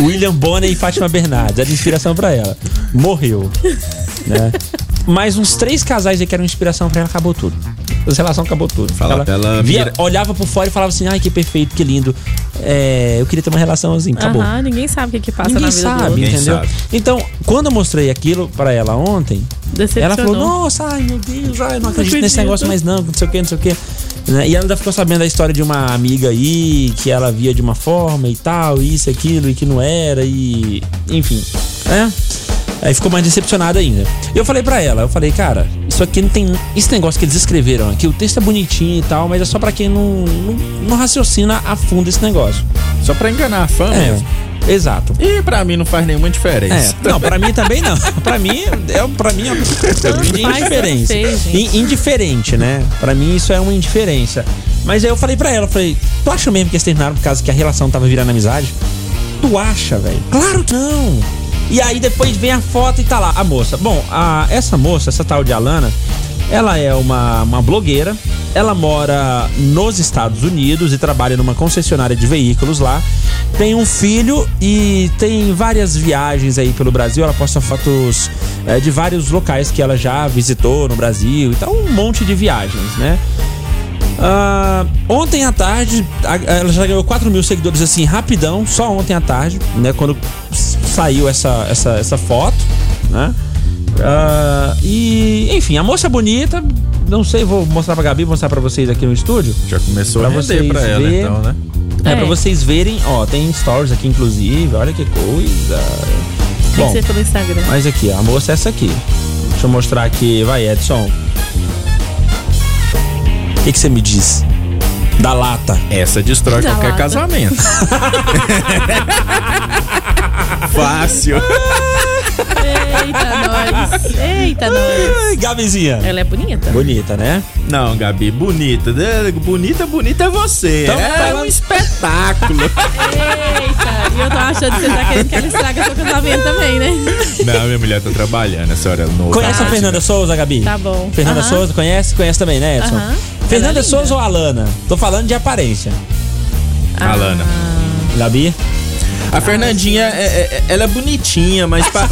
S2: William Bonner e Fátima Bernardes era inspiração pra ela. Morreu. Né? Mas uns três casais aí que eram inspiração pra ela, acabou tudo. Essa relação acabou tudo.
S6: Fala pra ela
S2: via-
S6: mira-
S2: olhava por fora e falava assim: ai, que perfeito, que lindo. É, eu queria ter uma relação assim. Acabou.
S3: Aham, ninguém sabe o que, que passa
S2: Ninguém
S3: na vida do
S2: sabe,
S3: outro.
S2: entendeu? Então, quando eu mostrei aquilo pra ela ontem, ela falou: nossa, ai meu Deus, ai, eu não acredito nesse negócio mais não, não sei o que, não sei o que. E ela ainda ficou sabendo da história de uma amiga aí, que ela via de uma forma e tal, isso, aquilo, e que não era, e. Enfim, né? Aí ficou mais decepcionada ainda. E eu falei pra ela, eu falei, cara, isso aqui não tem. Esse negócio que eles escreveram aqui, o texto é bonitinho e tal, mas é só pra quem não, não, não raciocina a fundo esse negócio.
S6: Só pra enganar a fama.
S2: É, exato.
S6: E pra mim não faz nenhuma diferença.
S2: É, não, pra mim também não. Pra mim, é, pra mim é
S6: faz
S2: indiferença.
S6: tanto fez,
S2: In- indiferente, né? Pra mim isso é uma indiferença. Mas aí eu falei pra ela, eu falei, tu acha mesmo que eles terminaram por causa que a relação tava virando amizade? Tu acha, velho? Claro que não! E aí depois vem a foto e tá lá, a moça. Bom, a- essa moça, essa tal de Alana, ela é uma, uma blogueira, ela mora nos Estados Unidos e trabalha numa concessionária de veículos lá. Tem um filho e tem várias viagens aí pelo Brasil. Ela posta fotos eh, de vários locais que ela já visitou no Brasil e tal, um monte de viagens, né? Ah, ontem à tarde, a- ela já ganhou 4 mil seguidores assim, rapidão, só ontem à tarde, né? Quando s- saiu essa, essa, essa foto, né? Ah, e, enfim, a moça bonita, não sei, vou mostrar pra Gabi, vou mostrar pra vocês aqui no estúdio.
S6: Já começou
S2: É. Pra
S6: a render
S2: vocês
S6: pra ela,
S2: ver-
S6: então, né?
S2: É,
S6: É.
S2: pra vocês verem, ó, tem stories aqui, inclusive, olha que coisa.
S3: Tem que ser pelo Instagram.
S2: Mas aqui, ó, a moça é essa aqui. Deixa eu mostrar aqui. Vai, Edson. O que, que você me diz? Da lata.
S6: Essa destrói
S2: Da
S6: qualquer
S2: lata.
S6: casamento. Fácil.
S3: Eita, nós. Eita, nós.
S2: Gabizinha.
S3: Ela é bonita.
S2: Bonita, né?
S6: Não, Gabi, bonita. né? Bonita, bonita é você.
S3: Então,
S6: é
S3: fala-
S6: um espetáculo.
S3: Eita, e eu tô achando que você tá querendo que ela estraga seu casamento também, né?
S6: Não, minha mulher tá trabalhando essa hora. No
S2: Conhece a Fernanda Souza, Gabi?
S3: Tá bom.
S2: Fernanda
S3: Aham.
S2: Souza, conhece? Conhece também, né, Edson?
S3: Aham. é
S2: Fernanda Souza ou Alana? Tô falando de aparência.
S6: Alana.
S2: Gabi?
S6: A Fernandinha, é- é- ela é bonitinha, mas, pa-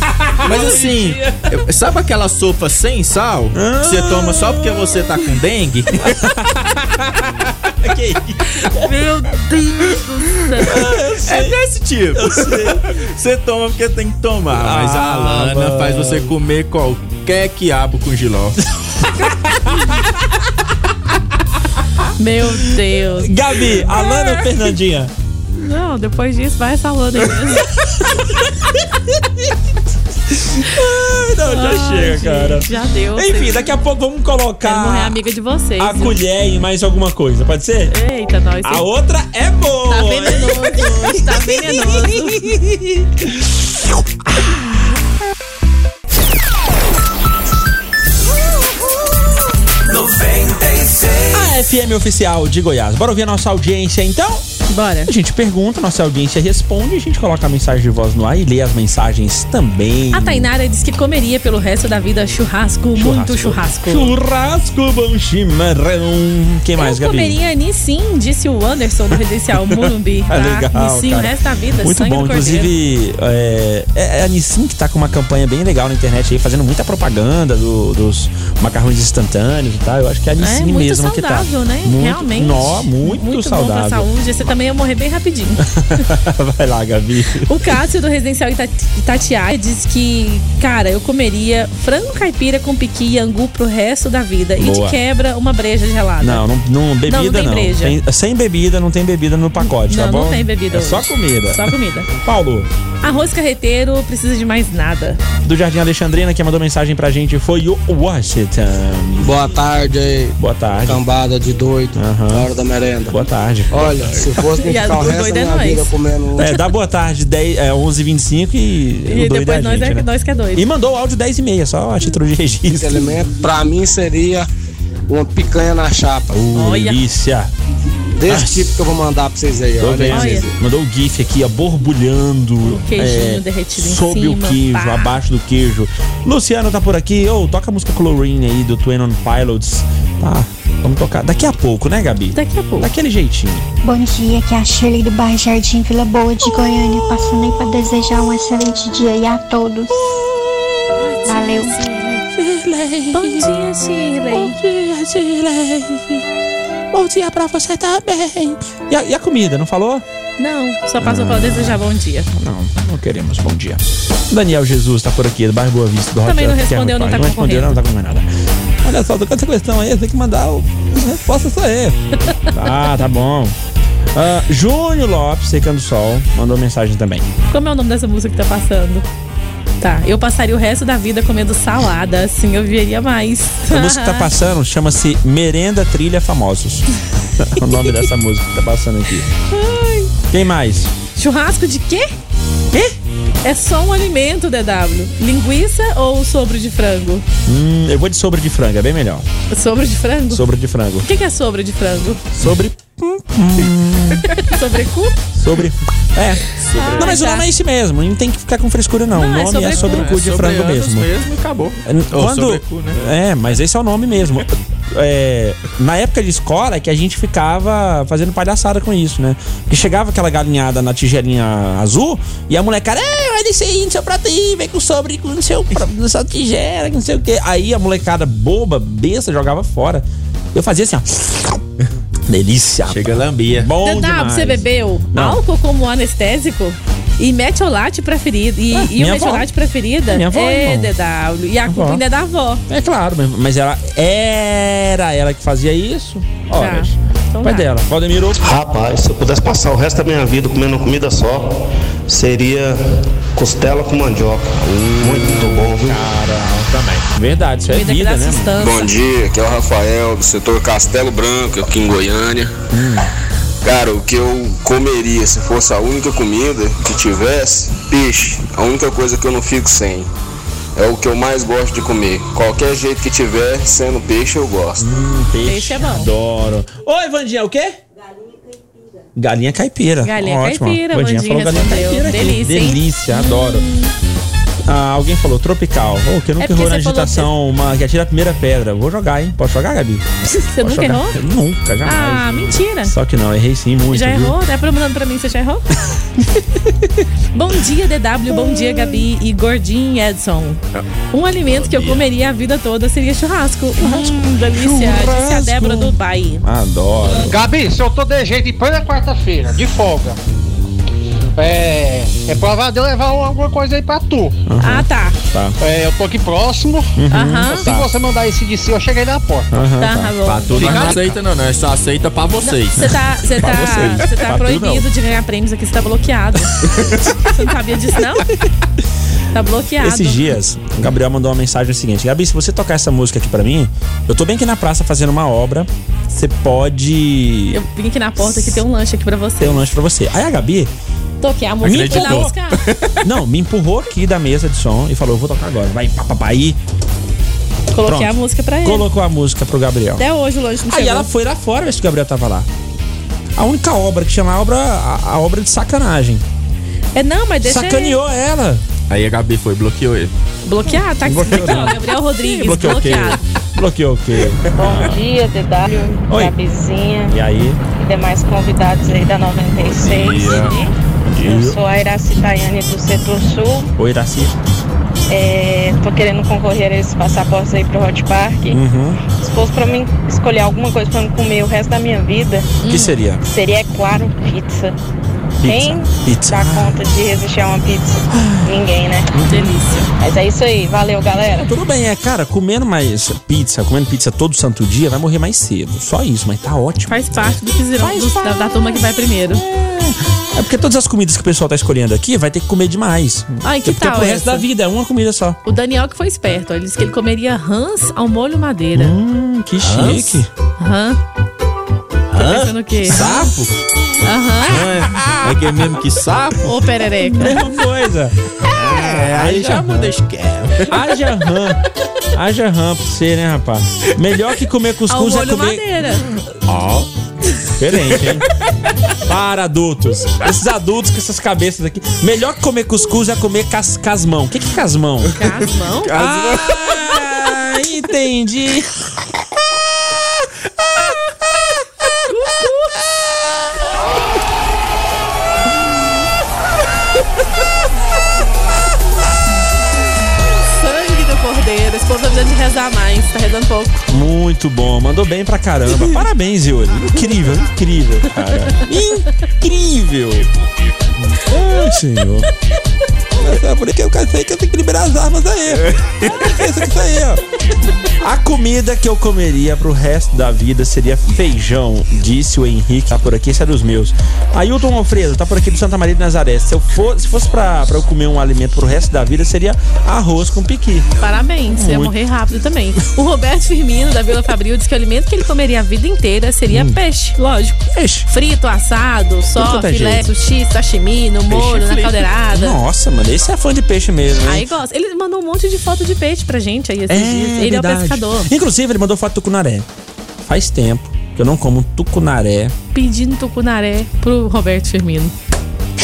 S6: mas assim, eu- sabe aquela sopa sem sal
S2: Ah.
S6: que você toma só porque você tá com dengue?
S3: Meu Deus do
S6: céu. É desse tipo. Você toma porque tem que tomar, mas a
S2: Ah,
S6: Alana
S2: mano.
S6: faz você comer qualquer quiabo com giló.
S3: Meu Deus.
S2: Gabi, Alana ou Fernandinha?
S3: Não, depois disso vai essa lona aí mesmo.
S2: Não, já
S3: Ai,
S2: chega,
S3: gente,
S2: cara.
S3: Já deu.
S2: Enfim, daqui a pouco vamos
S3: Quero morrer
S2: colocar
S3: amiga de vocês.
S2: a colher em mais alguma coisa, pode ser?
S3: Eita, nós.
S2: A outra é boa.
S3: Tá venenoso hoje, tá venenoso.
S2: A FM oficial de Goiás. Bora ouvir a nossa audiência então?
S3: Bora.
S2: A gente pergunta, nossa audiência responde, a gente coloca a mensagem de voz no ar e lê as mensagens também.
S3: A Tainara diz que comeria pelo resto da vida churrasco, muito churrasco.
S2: Churrasco bom chimarrão. Quem mais,
S3: Eu
S2: Gabi?
S3: comeria Nissim, disse o Anderson do Residencial Murumbi.
S2: Ah, legal,
S3: Nissim, o
S2: cara.
S3: resto da vida,
S2: Muito
S3: É sangue
S2: bom,
S3: do cordeiro.
S2: inclusive é, é a Nissin que tá com uma campanha bem legal na internet aí, fazendo muita propaganda do- dos macarrões instantâneos e tal. Eu acho que é a
S3: É,
S2: Nissin
S3: muito
S2: mesmo que tá.
S3: saudável, né?
S2: Muito-
S3: Realmente.
S2: Nó, muito,
S3: bom pra
S2: saudável.
S3: saúde. Você também ia morrer bem rapidinho.
S2: Vai lá, Gabi.
S3: O Cássio do Residencial Ita- Itatiaia diz que, cara, eu comeria frango caipira com piqui e angu pro resto da vida. E
S2: Boa.
S3: de quebra, uma breja gelada.
S2: Não, não, não
S3: Não, não
S2: bebida
S3: tem
S2: não.
S3: breja.
S2: Tem- sem bebida não tem bebida no pacote,
S3: Não,
S2: tá bom?
S3: não tem bebida
S2: É só
S3: hoje.
S2: comida.
S3: Só comida.
S2: Paulo,
S3: Arroz carreteiro, precisa de mais nada.
S2: do Jardim Alexandrina, que mandou mensagem pra gente, foi o Washington.
S15: Boa tarde aí.
S2: Boa tarde.
S8: Então,
S15: Cambada de doido. Na hora da merenda.
S2: Boa tarde.
S15: Olha, se fosse me
S3: E as
S15: ficar o
S3: do
S15: resto
S3: doido
S15: da
S3: é
S15: minha
S3: nós.
S15: vida comendo. um
S2: É, dá boa tarde, 10, é, 11h25 e. o
S3: E
S2: doido
S3: depois
S2: a
S3: nós,
S2: gente,
S3: é,
S2: né?
S3: nós que é doido.
S2: E mandou o áudio 10 e meia, só a título de registro.
S15: Pra mim seria uma picanha na chapa.
S2: Ô, Delícia.
S15: Desse
S2: Nossa.
S15: tipo que eu vou mandar pra vocês aí.
S2: Tô
S15: Olha,
S2: vendo.
S15: aí, vocês.
S2: Mandou o GIF aqui, ó, borbulhando. é,
S3: queijinho derretido em
S2: Sob o
S3: cima,
S2: queijo,
S3: pá.
S2: abaixo do queijo. Luciano tá por aqui. Ô, toca a música Chlorine aí do Twin on Pilots. Tá, vamos tocar. Daqui a pouco, né, Gabi?
S3: Daqui a pouco.
S2: Daquele jeitinho.
S16: Bom dia, aqui é a Shirley do Bairro Jardim Vila Boa de Goiânia, passando aí pra desejar um excelente dia aí a todos. Valeu.
S3: Bom dia, Shirley. Bom
S2: dia, Shirley. Bom dia pra você também. E a, e a comida, não falou?
S3: Não, só passou
S2: Ah.
S3: pra desejar bom dia.
S2: Não, não queremos. Bom dia. Daniel Jesus tá por aqui, do bairro Boa Vista, do Hot
S3: Também não
S2: Dog
S3: respondeu,
S2: Thermal
S3: não tá
S2: Park. Não respondeu, não, não tá com nada. Olha só, do quanta questão aí, tem que mandar o... a resposta sou eu. ah, tá bom. Ah, Júnior Lopes, secando o sol, mandou mensagem também.
S3: Como é o nome dessa música que tá passando? Tá, eu passaria o resto da vida comendo salada, assim eu viveria mais.
S2: A música que tá passando chama-se Merenda Trilha Famosos. o nome dessa música que tá passando aqui. Quem mais?
S3: Churrasco de quê?
S2: Quê?
S3: É só um alimento, DW. Linguiça ou sobre de frango?
S2: Hum, eu vou de sobre de frango, é bem melhor.
S3: Sobre de frango?
S2: Sobre de frango.
S3: O que, que é sobre de frango?
S2: Sobre.
S3: sobre cu?
S2: Sobre. É.
S3: Ah,
S2: não, mas o
S3: tá.
S2: nome é esse mesmo. Não tem que ficar com frescura, não.
S3: Não,
S2: o
S3: é
S2: nome é sobre
S3: sobrecu.
S2: o cu de
S6: É,
S2: frango
S6: sobre anos
S2: mesmo.
S6: mesmo e acabou.
S2: N-
S6: Ou né?
S2: Quando...
S6: sobrecu,
S2: É, mas esse é o nome mesmo. É, na época de escola é que a gente ficava fazendo palhaçada com isso, né? Porque chegava aquela galinhada na tigelinha azul e a molecada, é, olha isso aí no seu prato aí, vem com sobre no seu pra- na sua tigela, que não sei o quê. Aí a molecada boba, besta, jogava fora. Eu fazia assim, ó. Delícia. Chega
S6: lambia.
S2: é Bom
S3: DW,
S2: demais.
S3: você bebeu
S2: Não.
S3: álcool como anestésico? E metiolate preferido. E, e o
S2: Ah, minha avó.
S3: metiolate preferida
S2: Minha avó,
S3: é
S2: irmão.
S3: DW. E a
S2: Avó.
S3: culpa ainda é da avó.
S2: É claro, mas- mas ela era ela que fazia isso. Olha,
S3: Tá. São
S2: Pai dela, Valdemiro.
S17: Rapaz, se eu pudesse passar o resto da minha vida comendo uma comida só, seria costela com mandioca. Muito bom, viu?
S2: também. Verdade, isso é
S3: Comida que
S2: vida,
S3: dá
S2: né?
S3: sustância.
S2: mano?
S18: Bom dia, aqui é o Rafael do setor Castelo Branco, aqui em Goiânia. Cara, o que eu comeria se fosse a única comida que tivesse, peixe. A única coisa que eu não fico sem. É o que eu mais gosto de comer. Qualquer jeito que tiver, sendo peixe, eu gosto.
S2: Um peixe.
S3: Peixe é bom.
S2: Adoro. Oi, Vandinha, o quê? Galinha caipira.
S3: Galinha
S2: Ótimo.
S3: caipira,
S2: Vandinha
S3: Vandinha
S2: falou galinha
S3: respondeu.
S2: caipira. aqui.
S3: Delícia, hein?
S2: Delícia, adoro. Ah, alguém falou tropical. Ô, que eu
S3: É
S2: nunca
S3: porque
S2: errou na
S3: você falou
S2: agitação, uma que atira a primeira pedra. Vou jogar, hein? Posso jogar, Gabi?
S3: Você
S2: Posso
S3: nunca
S2: jogar?
S3: errou?
S2: Nunca, jamais.
S3: Ah, mentira.
S2: Só que não, errei sim muito.
S3: já
S2: viu?
S3: errou? Tá perguntando pra mim, você já errou? bom dia, DW. Bom dia, Gabi e Gordinho Edson. Um alimento que eu comeria a vida toda seria churrasco. Hum, delícia. Disse a
S2: Churrasco.
S3: Débora do Bahia.
S2: Adoro.
S19: Gabi, se eu tô de jeito em plena quarta-feira, de folga. É. É provável de eu levar alguma coisa aí pra tu.
S3: Ah, tá.
S2: Tá.
S19: É, eu tô aqui próximo.
S3: Aham.
S19: Se
S3: Tá.
S19: você mandar esse de si, eu cheguei na porta.
S6: Aham,
S3: Tá, tá. bom.
S6: Pra tudo
S19: Fica-
S6: não aceita, não, não. É só aceita pra vocês.
S3: Você tá, você
S6: Pra
S3: tá,
S6: vocês.
S3: você tá
S6: Pra tudo, não.
S3: proibido de ganhar prêmios aqui, você tá bloqueado. você não sabia disso, não? Tá bloqueado.
S2: Esses dias, o Gabriel mandou uma mensagem seguinte: Gabi, se você tocar essa música aqui pra mim, eu tô bem aqui na praça fazendo uma obra, você pode
S3: Eu vim aqui na porta que tem um lanche aqui pra você.
S2: ter um lanche pra você. Aí a Gabi,
S3: Toquei a música e fui lá
S2: Acreditou.
S3: buscar.
S2: não, me empurrou aqui da mesa de som e falou: eu vou tocar agora. Vai, papapá, aí.
S3: Coloquei
S2: Pronto.
S3: a música pra ele.
S2: Colocou a música pro Gabriel.
S3: Até hoje o lanche não
S2: Aí
S3: chegou.
S2: ela foi lá fora ver se o Gabriel tava lá. A única obra que chama a obra, a, a obra de sacanagem.
S3: É, não, mas deixa
S2: Sacaneou ela.
S6: Aí a Gabi foi, bloqueou ele.
S3: ele. Bloquear, tá?
S2: Bloqueou
S3: Bloqueou,
S2: não.
S3: Gabriel Rodrigues,
S2: Bloqueou o quê?
S3: bloqueado.
S2: Bloqueou o quê?
S20: Bom dia, DW,
S2: Oi.
S20: Gabizinha
S2: E aí?
S20: e demais convidados aí da 96.
S2: Bom dia.
S20: Eu sou a Iraci Tayane do Setor Sul.
S2: Oi, Iraci.
S20: É, tô querendo concorrer a esses passaportes aí pro Hot Park.
S2: Uhum.
S20: Se fosse pra mim escolher alguma coisa pra me comer o resto da minha vida,
S2: Que seria?
S20: seria, é claro, pizza. Quem
S2: Pizza. Ah.
S20: dá conta de resistir a uma pizza? Ninguém, né?
S2: Uhum.
S3: Delícia.
S20: Mas é isso aí. Valeu, galera.
S2: Tudo bem, é, cara, comendo mais pizza, comendo pizza todo santo dia, vai morrer mais cedo. Só isso, mas tá ótimo.
S3: Faz parte do pisirão
S2: Faz
S3: dos- da, da turma que vai primeiro.
S2: É porque todas as comidas que o pessoal tá escolhendo aqui vai ter que comer demais.
S3: Ai, que
S2: Tem ter
S3: tal
S2: pro resto
S3: essa?
S2: da vida, é uma comida só.
S3: O Daniel que foi esperto, ó, ele disse que ele comeria rãs ao molho madeira.
S2: Hum, que chique.
S3: Rã. Tá
S6: Rã?
S3: pensando o quê?
S6: Sapo?
S3: Aham. Ah,
S6: É, é que é mesmo que sapo?
S3: Ô, perereca.
S2: Mesma coisa.
S6: É, aí já muda de
S2: Haja rã. Haja rã pra você, né, rapaz? Melhor que comer
S3: Ao
S2: cuscuz é
S3: molho
S2: comer.
S3: madeira.
S2: Ó. Diferente, hein? Para adultos. Esses adultos com essas cabeças aqui. Melhor que comer cuscuz é comer cas casmão. O que, que é casmão?
S3: Casmão?
S2: Ah, entendi.
S3: Sangue do cordeiro. Esse povo tá precisando de rezar mais. Tá rezando pouco.
S2: Muito bom, mandou bem pra caramba. Parabéns, Yuri. Incrível, incrível, cara. Incrível. Ai, senhor. É por isso que eu cansei que eu tenho que liberar as armas aí. Isso que isso aí, ó. É. A comida que eu comeria pro resto da vida seria feijão, disse o Henrique. Tá por aqui, esse é dos meus. Ailton Alfredo, tá por aqui do Santa Maria de Nazaré. Se eu fosse, se fosse pra, pra eu comer um alimento pro resto da vida, seria arroz com piqui.
S3: Parabéns, você ia
S2: Muito.
S3: morrer rápido também. O Roberto Firmino, da Vila Fabril, disse que o alimento que ele comeria a vida inteira seria
S2: Hum.
S3: peixe, lógico.
S2: Peixe.
S3: Frito, assado, só,
S2: quanto é
S3: filé,
S2: jeito.
S3: sushi, sashimi, no molho, na
S2: frito.
S3: caldeirada.
S2: Nossa, mano, esse é fã de peixe mesmo. Hein?
S3: Aí gosta. Ele mandou um monte de foto de peixe pra gente aí esses dias. Ele é o
S2: verdade.
S3: pescador.
S2: Inclusive, ele mandou foto de tucunaré. Faz tempo que eu não como tucunaré.
S3: Pedindo tucunaré pro Roberto Firmino.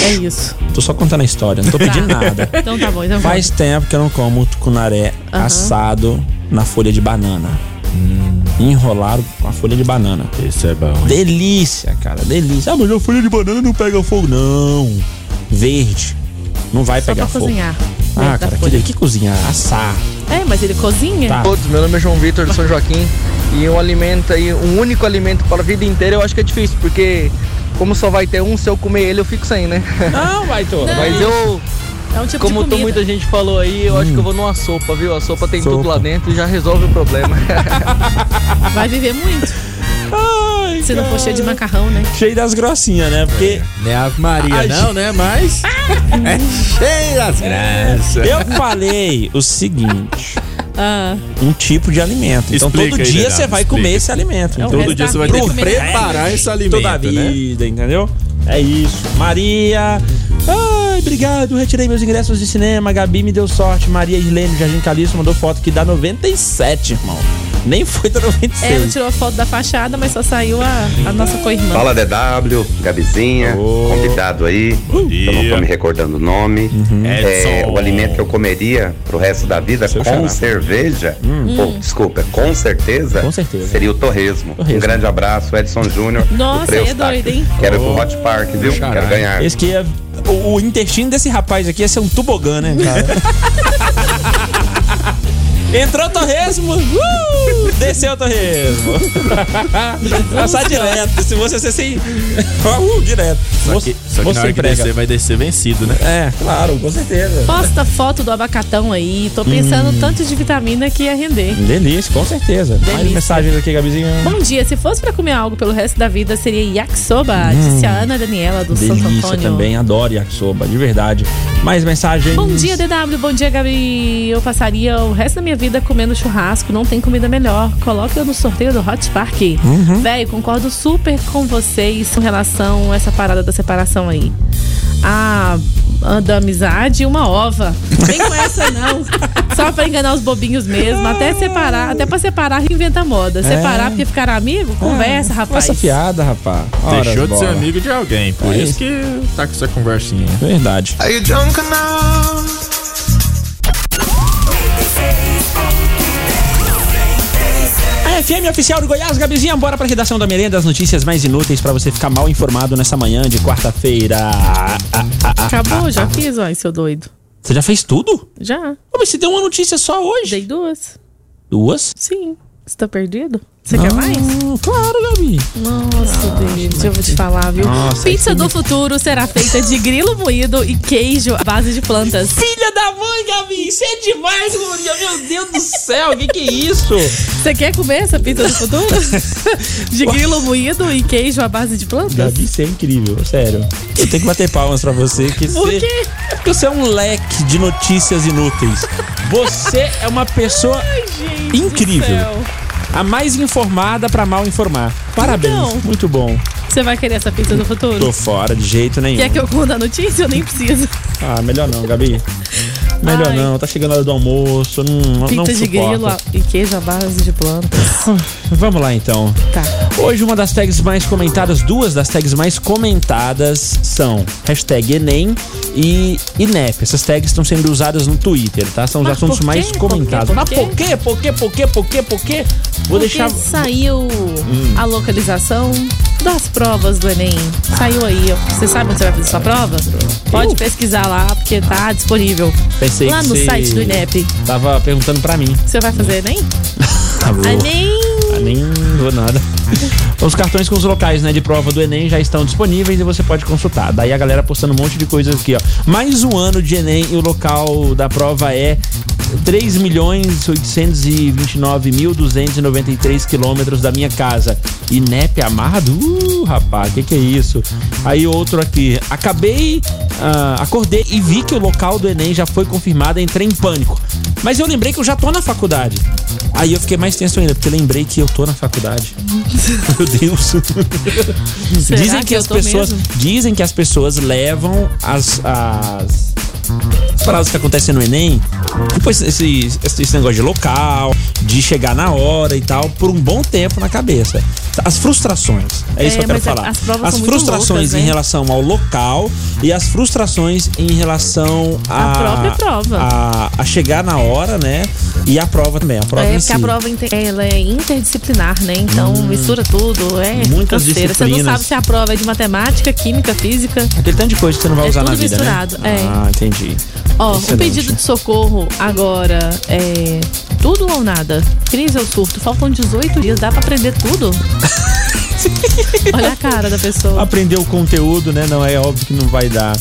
S3: É isso.
S2: Tô só contando a história, não tô pedindo
S3: Tá.
S2: nada.
S3: Então tá bom, então
S2: Faz
S3: vai.
S2: tempo que eu não como tucunaré
S3: Aham.
S2: assado na folha de banana. Enrolado com a folha de banana.
S6: Hum. Isso é bom.
S2: Delícia, cara, delícia. Ah, mas a folha de banana não pega fogo, não. Verde. Não vai
S3: Só
S2: pegar
S3: pra
S2: fogo.
S3: cozinhar. né,
S2: Ah, cara, que, que cozinhar? Assar.
S3: É, mas ele cozinha?
S2: Tá.
S8: Todos, meu nome é João Vitor de São Joaquim e um alimento aí, um único alimento para a vida inteira, eu acho que é difícil, porque como só vai ter um, se eu comer ele, eu fico sem, né?
S2: Não, Ah, vai, Tô.
S8: Mas eu,
S3: É um tipo
S8: como
S3: de
S8: tô-
S3: comida.
S8: muita gente falou aí, eu acho que eu vou numa sopa, viu? A sopa tem tudo lá dentro e já resolve o problema.
S3: Vai viver muito. Se não for cheio de macarrão, né?
S2: Cheio das grossinhas, né? Porque.
S6: Não é Ave Maria, não, né? Mas. é cheio das graças.
S2: Eu falei o seguinte.
S3: Ah.
S2: Um tipo de alimento. Então
S6: Explica
S2: todo
S6: aí,
S2: dia
S6: Leonardo,
S2: você vai comer
S6: explica.
S2: esse alimento. É,
S6: É o Todo resto dia da você vai ter vida que comendo preparar carne. esse alimento,
S2: Toda a
S6: né?
S2: vida, entendeu? É isso. Maria. Ai, obrigado. Retirei meus ingressos de cinema. Gabi me deu sorte. Maria Irlene, Jardim Calixto, mandou foto que dá 97, irmão. Nem foi da 96.
S3: Ela É, tirou a foto da fachada, mas só saiu a, a nossa co-irmã.
S18: Fala DW, Gabizinha, convidado aí. Eu não tô me recordando o nome.
S10: Uhum.
S18: É,
S21: Edson.
S18: o alimento que eu comeria pro resto da vida com
S21: xará.
S18: cerveja. Pô,
S3: Hum.
S18: desculpa, com certeza. Seria o torresmo. Um grande abraço, Edson Júnior. do
S3: Nossa,
S18: Frei
S3: aí é
S18: Eustáquio.
S3: doido, hein?
S18: Quero ir pro Hot Park, viu? Quero ganhar.
S2: Esse que é. O, o intestino desse rapaz aqui ia ser um tobogã, né, cara? Entrou Torresmo! Uh! Desceu Torresmo! Passar direto, se você ser sem. Uh, direto.
S6: Só que, só que na
S2: Você
S6: hora que
S2: emprega.
S6: descer, vai descer vencido, né?
S2: É, claro, com certeza.
S3: Posta foto do abacatão aí. Tô pensando
S2: Hum.
S3: tanto de vitamina que ia render.
S2: Delícia, com certeza. Mais
S3: Delícia.
S2: mensagens aqui, Gabizinha.
S3: Bom dia, se fosse pra comer algo pelo resto da vida, seria yakisoba,
S2: Hum.
S3: disse a Ana Daniela do Santo
S2: Delícia
S3: Antônio.
S2: também, adoro yakisoba, de verdade. Mais mensagens.
S3: Bom dia, DW. Bom dia, Gabi. Eu passaria o resto da minha vida comendo churrasco. Não tem comida melhor. Coloca eu no sorteio do Hot Park.
S22: Uhum.
S3: Véi, concordo super com vocês com relação a essa parada da separação aí. A, a da amizade e uma ova. Vem com essa, não. Só pra enganar os bobinhos mesmo. Até separar. Até pra separar, reinventa moda. Separar
S2: É.
S3: porque ficar amigo? Conversa, rapaz.
S2: Essa fiada, rapaz. Ora,
S6: Deixou de ser
S2: bola.
S6: amigo de alguém, por
S2: É
S6: isso que tá com essa conversinha.
S2: Verdade.
S6: Aí
S2: A FM oficial do Goiás, Gabizinha, bora pra redação da merenda, as notícias mais inúteis pra você ficar mal informado nessa manhã de quarta-feira. Ah, ah, ah, ah,
S3: Acabou,
S2: ah,
S3: já
S2: ah.
S3: fiz, ó, seu doido.
S2: Você já fez tudo?
S3: Já.
S2: mas você deu uma notícia só hoje?
S3: Dei duas.
S2: Duas?
S3: Sim. Você tá perdido? Você
S2: Não,
S3: quer mais?
S2: Claro, Gabi.
S3: Nossa, David, eu vou te falar, viu?
S2: Nossa,
S3: Pizza do futuro será feita de grilo moído e queijo à base de plantas.
S2: Filha da mãe, Gabi! Isso é demais, Glorinha! Meu Deus do céu, o que, que é isso?
S3: Você quer comer essa pizza do futuro? De grilo moído e queijo à base de plantas?
S2: Gabi, isso é incrível, sério. Eu tenho que bater palmas pra você, que
S3: Por
S2: você,
S3: quê?
S2: porque você é um leque de notícias inúteis. Você é uma pessoa
S3: gente do
S2: incrível.
S3: céu.
S2: A mais informada pra mal informar. Parabéns,
S3: Então.
S2: muito bom.
S3: Você vai querer essa pizza do futuro?
S2: Tô fora de jeito nenhum.
S3: Quer é que eu conte a notícia? Eu nem preciso.
S2: Ah, melhor não, Gabi. Melhor
S3: Ai.
S2: não, tá chegando a hora do almoço, não, não, não
S3: Pizza de grilo
S2: suporto.
S3: e queijo à base de plantas.
S2: Vamos lá então.
S3: Tá.
S2: Hoje uma das tags mais comentadas, duas das tags mais comentadas são hashtag Enem e INEP. Essas tags estão sendo usadas no Twitter, tá? São os
S3: Mas
S2: assuntos
S3: por quê?
S2: mais
S3: Por quê?
S2: comentados.
S3: Por
S2: Mas
S3: quê?
S2: por quê? Por quê? Por quê? Por quê? Por quê? Vou
S3: Porque
S2: deixar. Hum.
S3: saiu a localização das provas do Enem. Saiu aí. ó. Você sabe onde você vai fazer sua prova? Pode pesquisar lá, porque tá disponível.
S2: Uh. Pensei
S3: lá
S2: que
S3: no
S2: você
S3: site do INEP.
S2: Tava perguntando pra mim.
S3: Você vai fazer Enem?
S2: Tá bom.
S3: Enem! É,
S2: Ah, nem vou nada. Os cartões com os locais né, de prova do Enem já estão disponíveis e você pode consultar. Daí a galera postando um monte de coisa aqui, ó. Mais um ano de Enem e o local da prova é 3.829.293 quilômetros da minha casa. Inep amarrado? Uh, rapaz, o que, que é isso? Aí outro aqui. Acabei, ah, acordei e vi que o local do Enem já foi confirmado, entrei em pânico. Mas eu lembrei que eu já tô na faculdade. Aí eu fiquei mais tenso ainda, porque lembrei que eu tô na faculdade. Meu Deus. dizem que,
S3: que eu
S2: as
S3: tô
S2: pessoas,
S3: mesmo?
S2: dizem que as pessoas levam as as as paradas que acontecem no Enem, depois esse, esse, esse negócio de local, de chegar na hora e tal, por um bom tempo na cabeça. As frustrações, é isso
S3: É,
S2: que eu quero
S3: mas a-
S2: falar.
S3: as provas são muito
S2: frustrações
S3: loucas,
S2: em
S3: né?
S2: relação ao local e as frustrações em relação
S3: À
S2: a-
S3: própria prova.
S2: a, a chegar na hora, né? E a prova também, a prova
S3: é,
S2: em
S3: porque
S2: si.
S3: a prova inte- ela é interdisciplinar, né? Então mistura tudo. É
S2: Hum. Muitas
S3: canseira. Você não
S2: disciplinas.
S3: sabe se a prova é de matemática, química, física.
S2: Aquele tanto de coisa que você não vai
S3: É
S2: usar na
S3: tudo
S2: vida,
S3: misturado,
S2: né?
S3: é.
S2: Ah, entendi.
S3: Ó, um
S2: Excelente.
S3: pedido de socorro agora é tudo ou nada. Crise ou surto? Faltam 18 dias, dá pra aprender tudo? Olha a cara da pessoa.
S2: Aprender o conteúdo, né? Não é óbvio que não vai dar.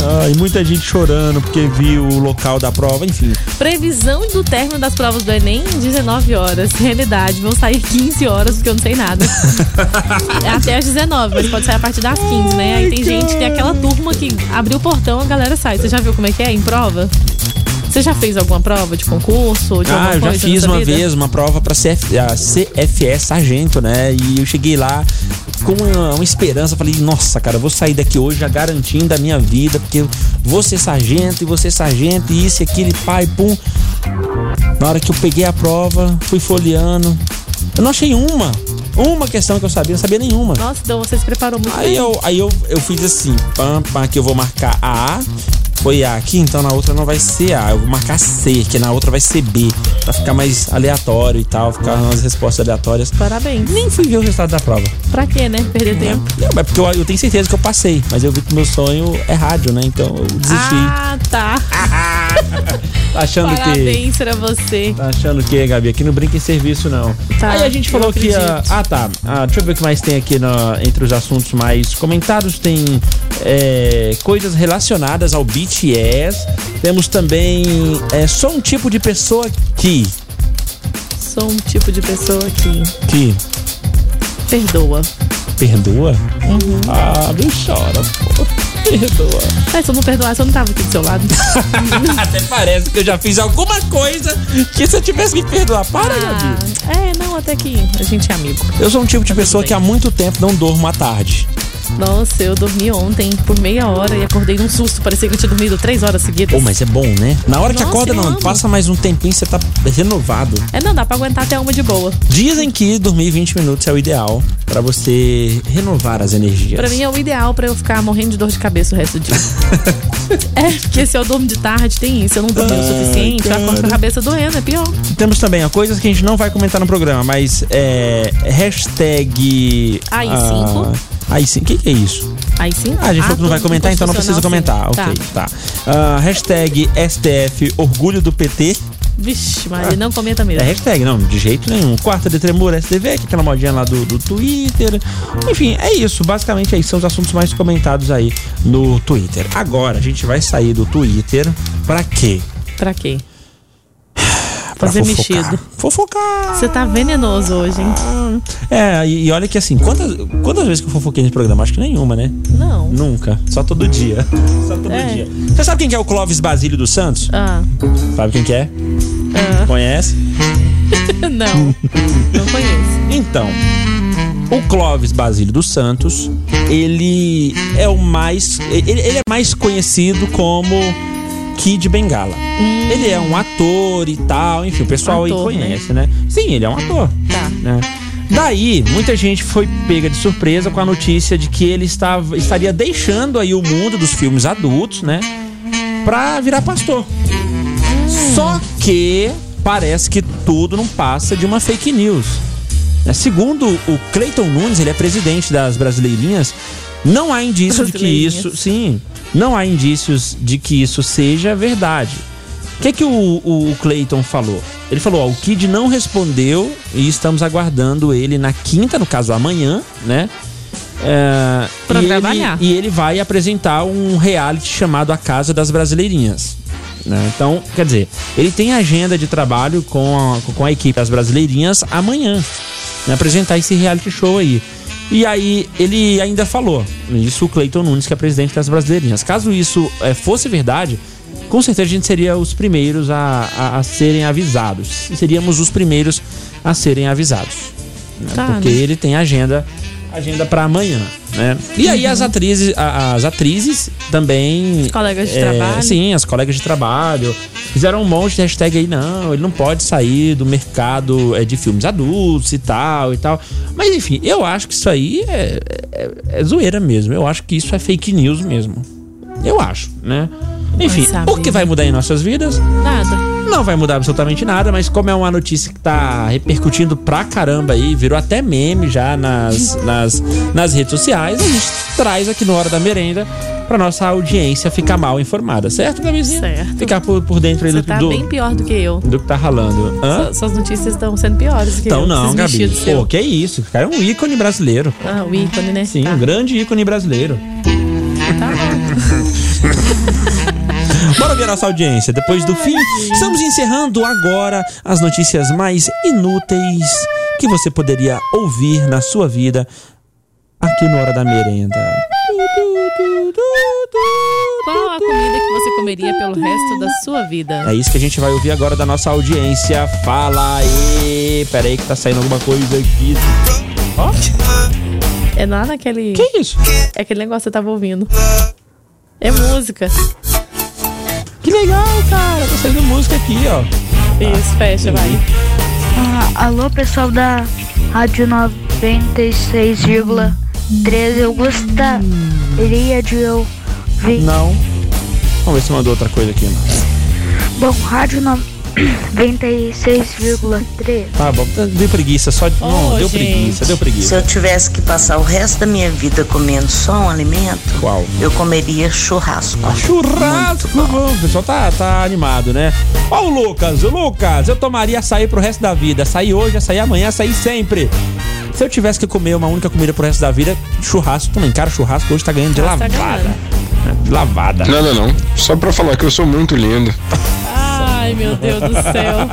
S2: Ah, e muita gente chorando porque viu o local da prova, enfim.
S3: Previsão do término das provas do Enem, 19 horas. Realidade, vão sair 15 horas, porque eu não sei nada. É Até às 19, mas pode sair a partir das 15, né? Aí tem gente, tem aquela turma que abriu o portão, a galera sai. Você já viu como é que é em prova? Você já fez alguma prova de concurso? De alguma
S2: Ah, eu já
S3: coisa na
S2: fiz
S3: sua
S2: uma
S3: vida?
S2: vez uma prova pra CF, a CFE Sargento, né? E eu cheguei lá com uma, uma esperança. Falei, nossa, cara, eu vou sair daqui hoje já garantindo a minha vida, porque eu vou ser sargento e vou ser sargento, e isso e aquele pai, pum. Na hora que eu peguei a prova, fui folheando. Eu não achei uma. Uma questão que eu sabia, eu não sabia nenhuma.
S3: Nossa, então você se preparou muito
S2: Aí
S3: bem.
S2: eu, aí eu, eu fiz assim, pam, pam, aqui eu vou marcar a A, foi A aqui, então na outra não vai ser A, eu vou marcar C, que na outra vai ser B, pra ficar mais aleatório e tal, ficar umas respostas aleatórias.
S3: Parabéns.
S2: Nem fui ver o resultado da prova.
S3: Pra quê, né? Perder tempo.
S2: Não, mas porque eu, eu tenho certeza que eu passei, mas eu vi que meu sonho é rádio, né? Então eu desisti.
S3: Ah, tá.
S2: Tá achando que.
S3: Ah, Parabéns pra você.
S2: Tá achando que, Gabi? Aqui não brinca em serviço, não.
S3: Tá,
S2: Aí a gente falou
S3: eu
S2: que. ah,
S3: acredito.
S2: ah, tá. Ah, deixa eu ver o que mais tem aqui na- entre os assuntos mais comentados. Tem é, coisas relacionadas ao BTS. Temos também. É, só um tipo de pessoa que.
S3: Sou um tipo de pessoa que
S2: Que
S3: perdoa.
S2: perdoa? Ah, não chora, pô. Perdoa.
S3: Mas se eu não perdoasse, eu não tava aqui do seu lado.
S2: Até parece que eu já fiz alguma coisa que se eu tivesse que perdoar. Para, Gabi.
S3: Ah, é, não, até que a gente é amigo.
S2: Eu sou um tipo de pessoa que há muito tempo não durmo à tarde.
S3: Nossa, eu dormi ontem por meia hora e acordei num susto. Parecia que eu tinha dormido três horas seguidas.
S2: Pô, mas é bom, né? Na hora que
S3: Nossa,
S2: acorda,
S3: eu
S2: não,
S3: amo.
S2: passa mais um tempinho, você tá renovado.
S3: É, não, dá pra aguentar até uma de boa.
S2: Dizem que dormir 20 minutos é o ideal pra você renovar as energias.
S3: Pra mim é o ideal pra eu ficar morrendo de dor de cabeça o resto do dia. é, porque se eu durmo de tarde, tem isso. Eu não dormi o
S2: Ai,
S3: suficiente, eu acordo com a cabeça doendo, é pior.
S2: Temos também ó, coisas que a gente não vai comentar no programa, mas é. Hashtag.
S3: Aí
S2: ah,
S3: cinco.
S2: Aí sim, o que, que é isso?
S3: Aí sim.
S2: Ah, a gente falou que não vai
S3: ato
S2: comentar, então não precisa
S3: inconstitucional,
S2: comentar.
S3: sim.
S2: Ok,
S3: Tá.
S2: tá. Ah, hashtag STF Orgulho do PT.
S3: Tá. Vixe, Maria, não comenta
S2: É
S3: mesmo.
S2: hashtag, não, de jeito nenhum. Quarta de Tremor STV, que é aquela modinha lá do, do Twitter. Enfim, é isso. Basicamente, aí são os assuntos mais comentados aí no Twitter. Agora, a gente vai sair do Twitter pra quê?
S3: Pra quê?
S2: Pra
S3: Fazer
S2: fofocar.
S3: mexido.
S2: Fofocar.
S3: Você tá venenoso hoje, hein?
S2: É, e, e olha que assim, quantas, quantas vezes que eu fofoquei nesse programa? Acho que nenhuma, né?
S3: Não.
S2: Nunca. Só todo dia. Só todo
S3: É.
S2: dia. Você sabe quem que é o Clóvis Basílio dos Santos?
S3: Ah.
S2: Sabe quem que é?
S3: Ah.
S2: Conhece?
S3: não, não conheço.
S2: Então, o Clóvis Basílio dos Santos, ele é o mais. Ele, ele é mais conhecido como Kid Bengala. Ele é um ator e tal, enfim, o pessoal
S3: Hum. Ator,
S2: aí conhece, né? Sim, ele é um ator.
S3: Tá.
S2: né? Daí, muita gente foi pega de surpresa com a notícia de que ele estava, estaria deixando aí o mundo dos filmes adultos, né? Pra virar pastor. Só que parece que tudo não passa de uma fake news. Né, Segundo o Cleiton Nunes, ele é presidente das Brasileirinhas, não há indícios de que isso. Sim, não há indícios de que isso seja verdade. O que, que o, o, o Cleiton falou? Ele falou: ó, o Kid não respondeu e estamos aguardando ele na quinta, no caso amanhã, né? É,
S3: Pra
S2: e ele-
S3: trabalhar.
S2: e ele vai apresentar um reality chamado A Casa das Brasileirinhas. né? Então, quer dizer, ele tem agenda de trabalho com a, com a equipe das Brasileirinhas amanhã. né? Apresentar esse reality show aí. E aí, ele ainda falou, isso o Cleiton Nunes, que é presidente das Brasileirinhas. Caso isso eh, fosse verdade, com certeza a gente seria os primeiros a, a, a serem avisados. Seríamos os primeiros a serem avisados. né?
S3: Tá,
S2: Porque
S3: né?
S2: ele tem agenda agenda para amanhã, né? E aí as atrizes, a- as atrizes também, é,
S3: Colegas de trabalho.
S2: sim, as colegas de trabalho fizeram um monte de hashtag aí, não, ele não pode sair do mercado é, de filmes adultos e tal e tal. Mas enfim, eu acho que isso aí é, é- é zoeira mesmo. Eu acho que isso é fake news mesmo. Eu acho, né? Enfim, o que
S3: né?
S2: vai mudar em nossas vidas?
S3: Nada.
S2: Não vai mudar absolutamente nada, mas como é uma notícia que tá repercutindo pra caramba aí, virou até meme já nas, nas, nas redes sociais, a gente traz aqui no Hora da Merenda pra nossa audiência ficar mal informada, certo, Gabizinha?
S3: Certo.
S2: Ficar por, por dentro aí
S3: Você
S2: do,
S3: tá
S2: do,
S3: bem pior do que eu.
S2: do que tá ralando. Hã?
S3: Su- Suas notícias estão sendo piores do que
S2: Então
S3: eu.
S2: não,
S3: esses
S2: Gabi.
S3: mexidos
S2: Pô,
S3: seus.
S2: que isso? O cara é um ícone brasileiro.
S3: Ah, o ícone, né?
S2: Tá Sim, um grande ícone brasileiro. Bora ver a nossa audiência. Depois do fim, estamos encerrando agora as notícias mais inúteis que você poderia ouvir na sua vida aqui no Hora da Merenda.
S3: Qual a comida que você comeria pelo resto da sua vida?
S2: É isso que a gente vai ouvir agora da nossa audiência. Fala aí. Pera aí que tá saindo alguma coisa aqui. Ó.
S3: É lá naquele. Que
S2: isso?
S3: É aquele negócio que eu tava ouvindo. É música.
S2: Que legal, cara. Tá saindo música aqui, ó.
S3: Isso, fecha, vai.
S5: Ah, alô, pessoal da Rádio 96,13. Eu gostaria de ouvir.
S2: Não. Vamos ver se mandou outra coisa aqui. né?
S5: Bom, Rádio 96,13.
S2: Tá bom. Deu preguiça, só. não, deu
S21: gente.
S2: preguiça, deu
S21: Se
S2: preguiça.
S21: eu tivesse que passar o resto da minha vida comendo só um alimento,
S2: Qual?
S21: eu comeria churrasco.
S2: Churrasco! O pessoal tá, tá animado, né? Ó o Lucas, o Lucas, eu tomaria açaí pro resto da vida. Açaí hoje, açaí amanhã, açaí sempre. Se eu tivesse que comer uma única comida pro resto da vida, churrasco também. Cara, churrasco hoje tá ganhando de
S3: Nossa, tá
S2: lavada. De lavada.
S10: Nada não. Só pra falar que eu sou muito lindo.
S3: Ai, meu Deus do céu.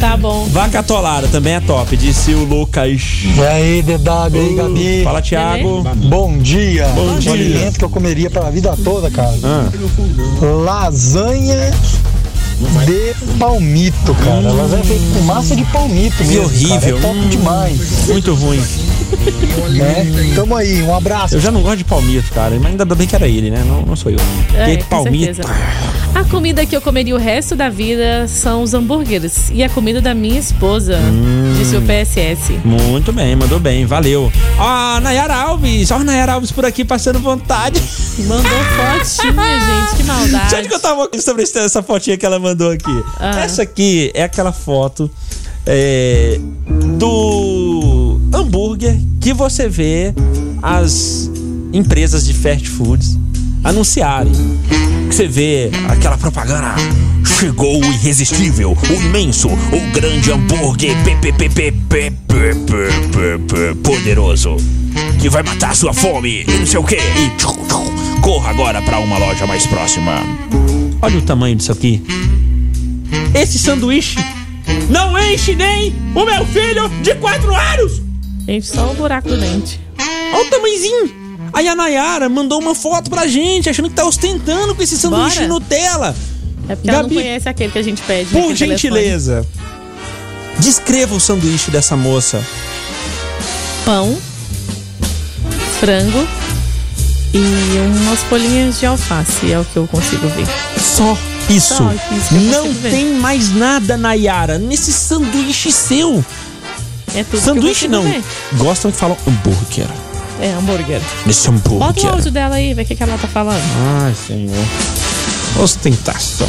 S3: Tá bom.
S2: Vaca atolada também é top, disse o Lucas. E aí, DW,
S6: Uh,
S22: aí, Gabi?
S2: Fala, Thiago.
S22: Bom dia.
S2: Bom
S22: Um
S2: dia.
S22: alimento que eu comeria pela vida toda, cara.
S2: Ah.
S22: Lasanha de palmito, cara. Lasanha feita com massa de palmito
S2: Hum. Que
S22: mesmo.
S2: horrível.
S22: Cara. É top
S2: Hum.
S22: demais.
S2: Muito ruim.
S22: Né? Tamo aí, um abraço.
S2: Eu já não gosto de palmito, cara, mas ainda bem que era ele, né? Não, não sou eu.
S3: É,
S2: e
S3: com
S2: palmito.
S3: certeza. A comida que eu comeria o resto da vida são os hambúrgueres. E a comida da minha esposa,
S2: Hum.
S3: disse o PSS.
S2: Muito bem, mandou bem, valeu. Ó, Nayara Alves, ó, Nayara Alves por aqui passando vontade.
S3: Mandou fotinha, gente, que maldade.
S2: Sabe o que eu tava sobre esse- essa fotinha que ela mandou aqui?
S3: Ah.
S2: Essa aqui é aquela foto é, do hambúrguer que você vê as empresas de fast foods anunciarem. Que você vê aquela propaganda. Chegou o irresistível, o imenso, o grande hambúrguer PPPPPPP poderoso que vai matar sua fome e não sei o que. E tchum, tchum, corra agora para uma loja mais próxima. Olha o tamanho disso aqui. Esse sanduíche não enche nem o meu filho de 4 anos!
S3: Enche só o buraco do dente.
S2: Olha o tamanhozinho! Aí a Nayara mandou uma foto pra gente, achando que tá ostentando com esse sanduíche
S3: Bora.
S2: Nutella.
S3: É porque ela não
S2: Gabi,
S3: conhece aquele que a gente pede.
S2: Por
S3: naquele telefone.
S2: gentileza, descreva o sanduíche dessa moça.
S3: Pão, frango e umas folhinhas de alface. É o que eu consigo ver.
S2: Só isso.
S3: Só isso que eu
S2: não
S3: consigo ver.
S2: tem mais nada, Nayara, nesse sanduíche seu.
S3: É tudo que eu
S2: sanduíche
S3: consigo
S2: não.
S3: ver.
S2: Gostam que falam hambúrguer.
S3: É hambúrguer.
S2: Nesse
S3: Bota um o
S2: hambúrguer.
S3: áudio dela aí, vê o que, que ela tá falando.
S2: Ai, senhor. Ostentação.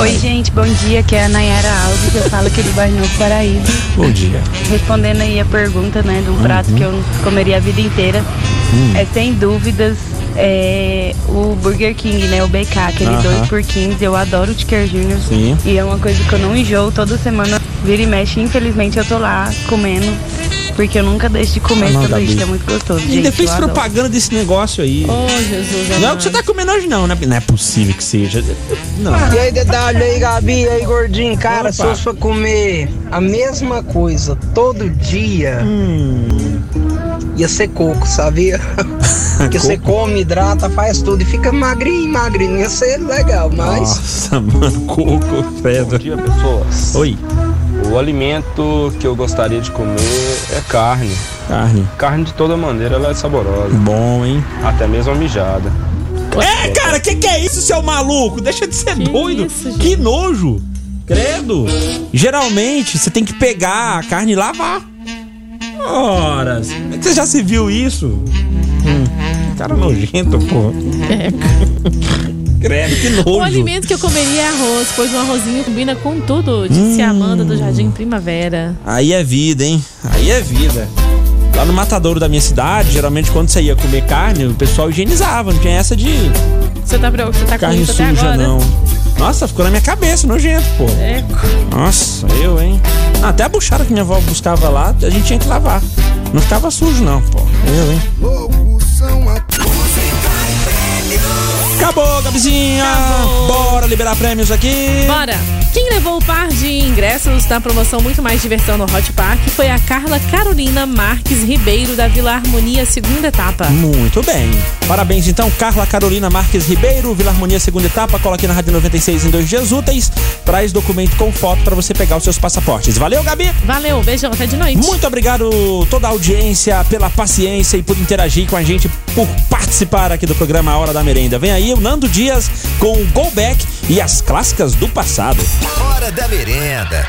S20: Oi, gente, bom dia. Aqui é a Nayara Alves. Eu falo aqui do bairro Novo Paraíba.
S2: Bom dia.
S20: Respondendo aí a pergunta, né, de um prato
S2: Uhum.
S20: que eu comeria a vida inteira,
S2: Hum.
S20: é sem dúvidas é, o Burger King, né, o BK, aquele
S23: Aham.
S20: 2 por 15 Eu adoro o Ticker Junior.
S23: Sim.
S20: E é uma coisa que eu não enjoo. Toda semana vira e mexe. Infelizmente eu tô lá comendo, porque eu nunca deixo de comer
S2: Ah, não,
S20: esse sanduíche,
S2: Gabi.
S20: que é muito gostoso.
S2: Ainda
S20: gente,
S2: fez
S20: eu adoro.
S2: propaganda desse negócio aí.
S20: Ô,
S3: Oh,
S20: Jesus.
S2: Não é o que você tá comendo hoje, não, né? Não é possível que seja. Não.
S23: E aí, DW, e aí, Gabi, e aí, gordinho, cara, se eu for comer a mesma coisa todo dia,
S21: Hum.
S23: ia ser coco, sabia? Porque você come, hidrata, faz tudo e fica magrinho, magrinho, ia ser legal, mas.
S2: Nossa, mano, coco, pedra. Bom
S24: dia, pessoas.
S2: Oi.
S24: O alimento que eu gostaria de comer é carne.
S2: Carne.
S24: Carne de toda maneira ela é saborosa.
S2: Bom, hein?
S24: Até mesmo a mijada.
S2: É, cara, que que é isso, seu maluco? Deixa de ser doido. que nojo. Credo. Geralmente, você tem que pegar a carne e lavar. Horas. Você já se viu isso? Hum, Cara nojento, pô. Credo, que nojo.
S3: É, O alimento que eu comeria é arroz, pois o arrozinho combina com tudo,
S2: Hum.
S3: disse a Amanda do Jardim Primavera.
S2: Aí é vida, hein? Aí é vida. Lá no matadouro da minha cidade, geralmente quando você ia comer carne, o pessoal higienizava, não tinha essa de
S3: Você tá, pre- você tá com
S2: carne
S3: isso até
S2: suja,
S3: agora?
S2: não. Nossa, ficou na minha cabeça, nojento, pô.
S3: É.
S2: Nossa, eu, hein? Ah, Até a buchada que minha avó buscava lá, a gente tinha que lavar. Não ficava sujo, não, pô. Eu, hein? Acabou, Gabizinha! Bora liberar prêmios aqui!
S3: Bora! Quem levou o par de ingressos da promoção Muito Mais Diversão no Hot Park foi a Carla Carolina Marques Ribeiro, da Vila Harmonia, segunda etapa.
S2: Muito bem. Parabéns então, Carla Carolina Marques Ribeiro, Vila Harmonia, segunda etapa. Cola aqui na Rádio 96 em dois dias úteis. Traz documento com foto para você pegar os seus passaportes. Valeu, Gabi!
S3: Valeu, beijão, até de noite.
S2: Muito obrigado toda a audiência pela paciência e por interagir com a gente, por participar aqui do programa A Hora da Merenda. Vem aí o Nando Dias com o Go Back e as clássicas do passado.
S1: Hora da merenda.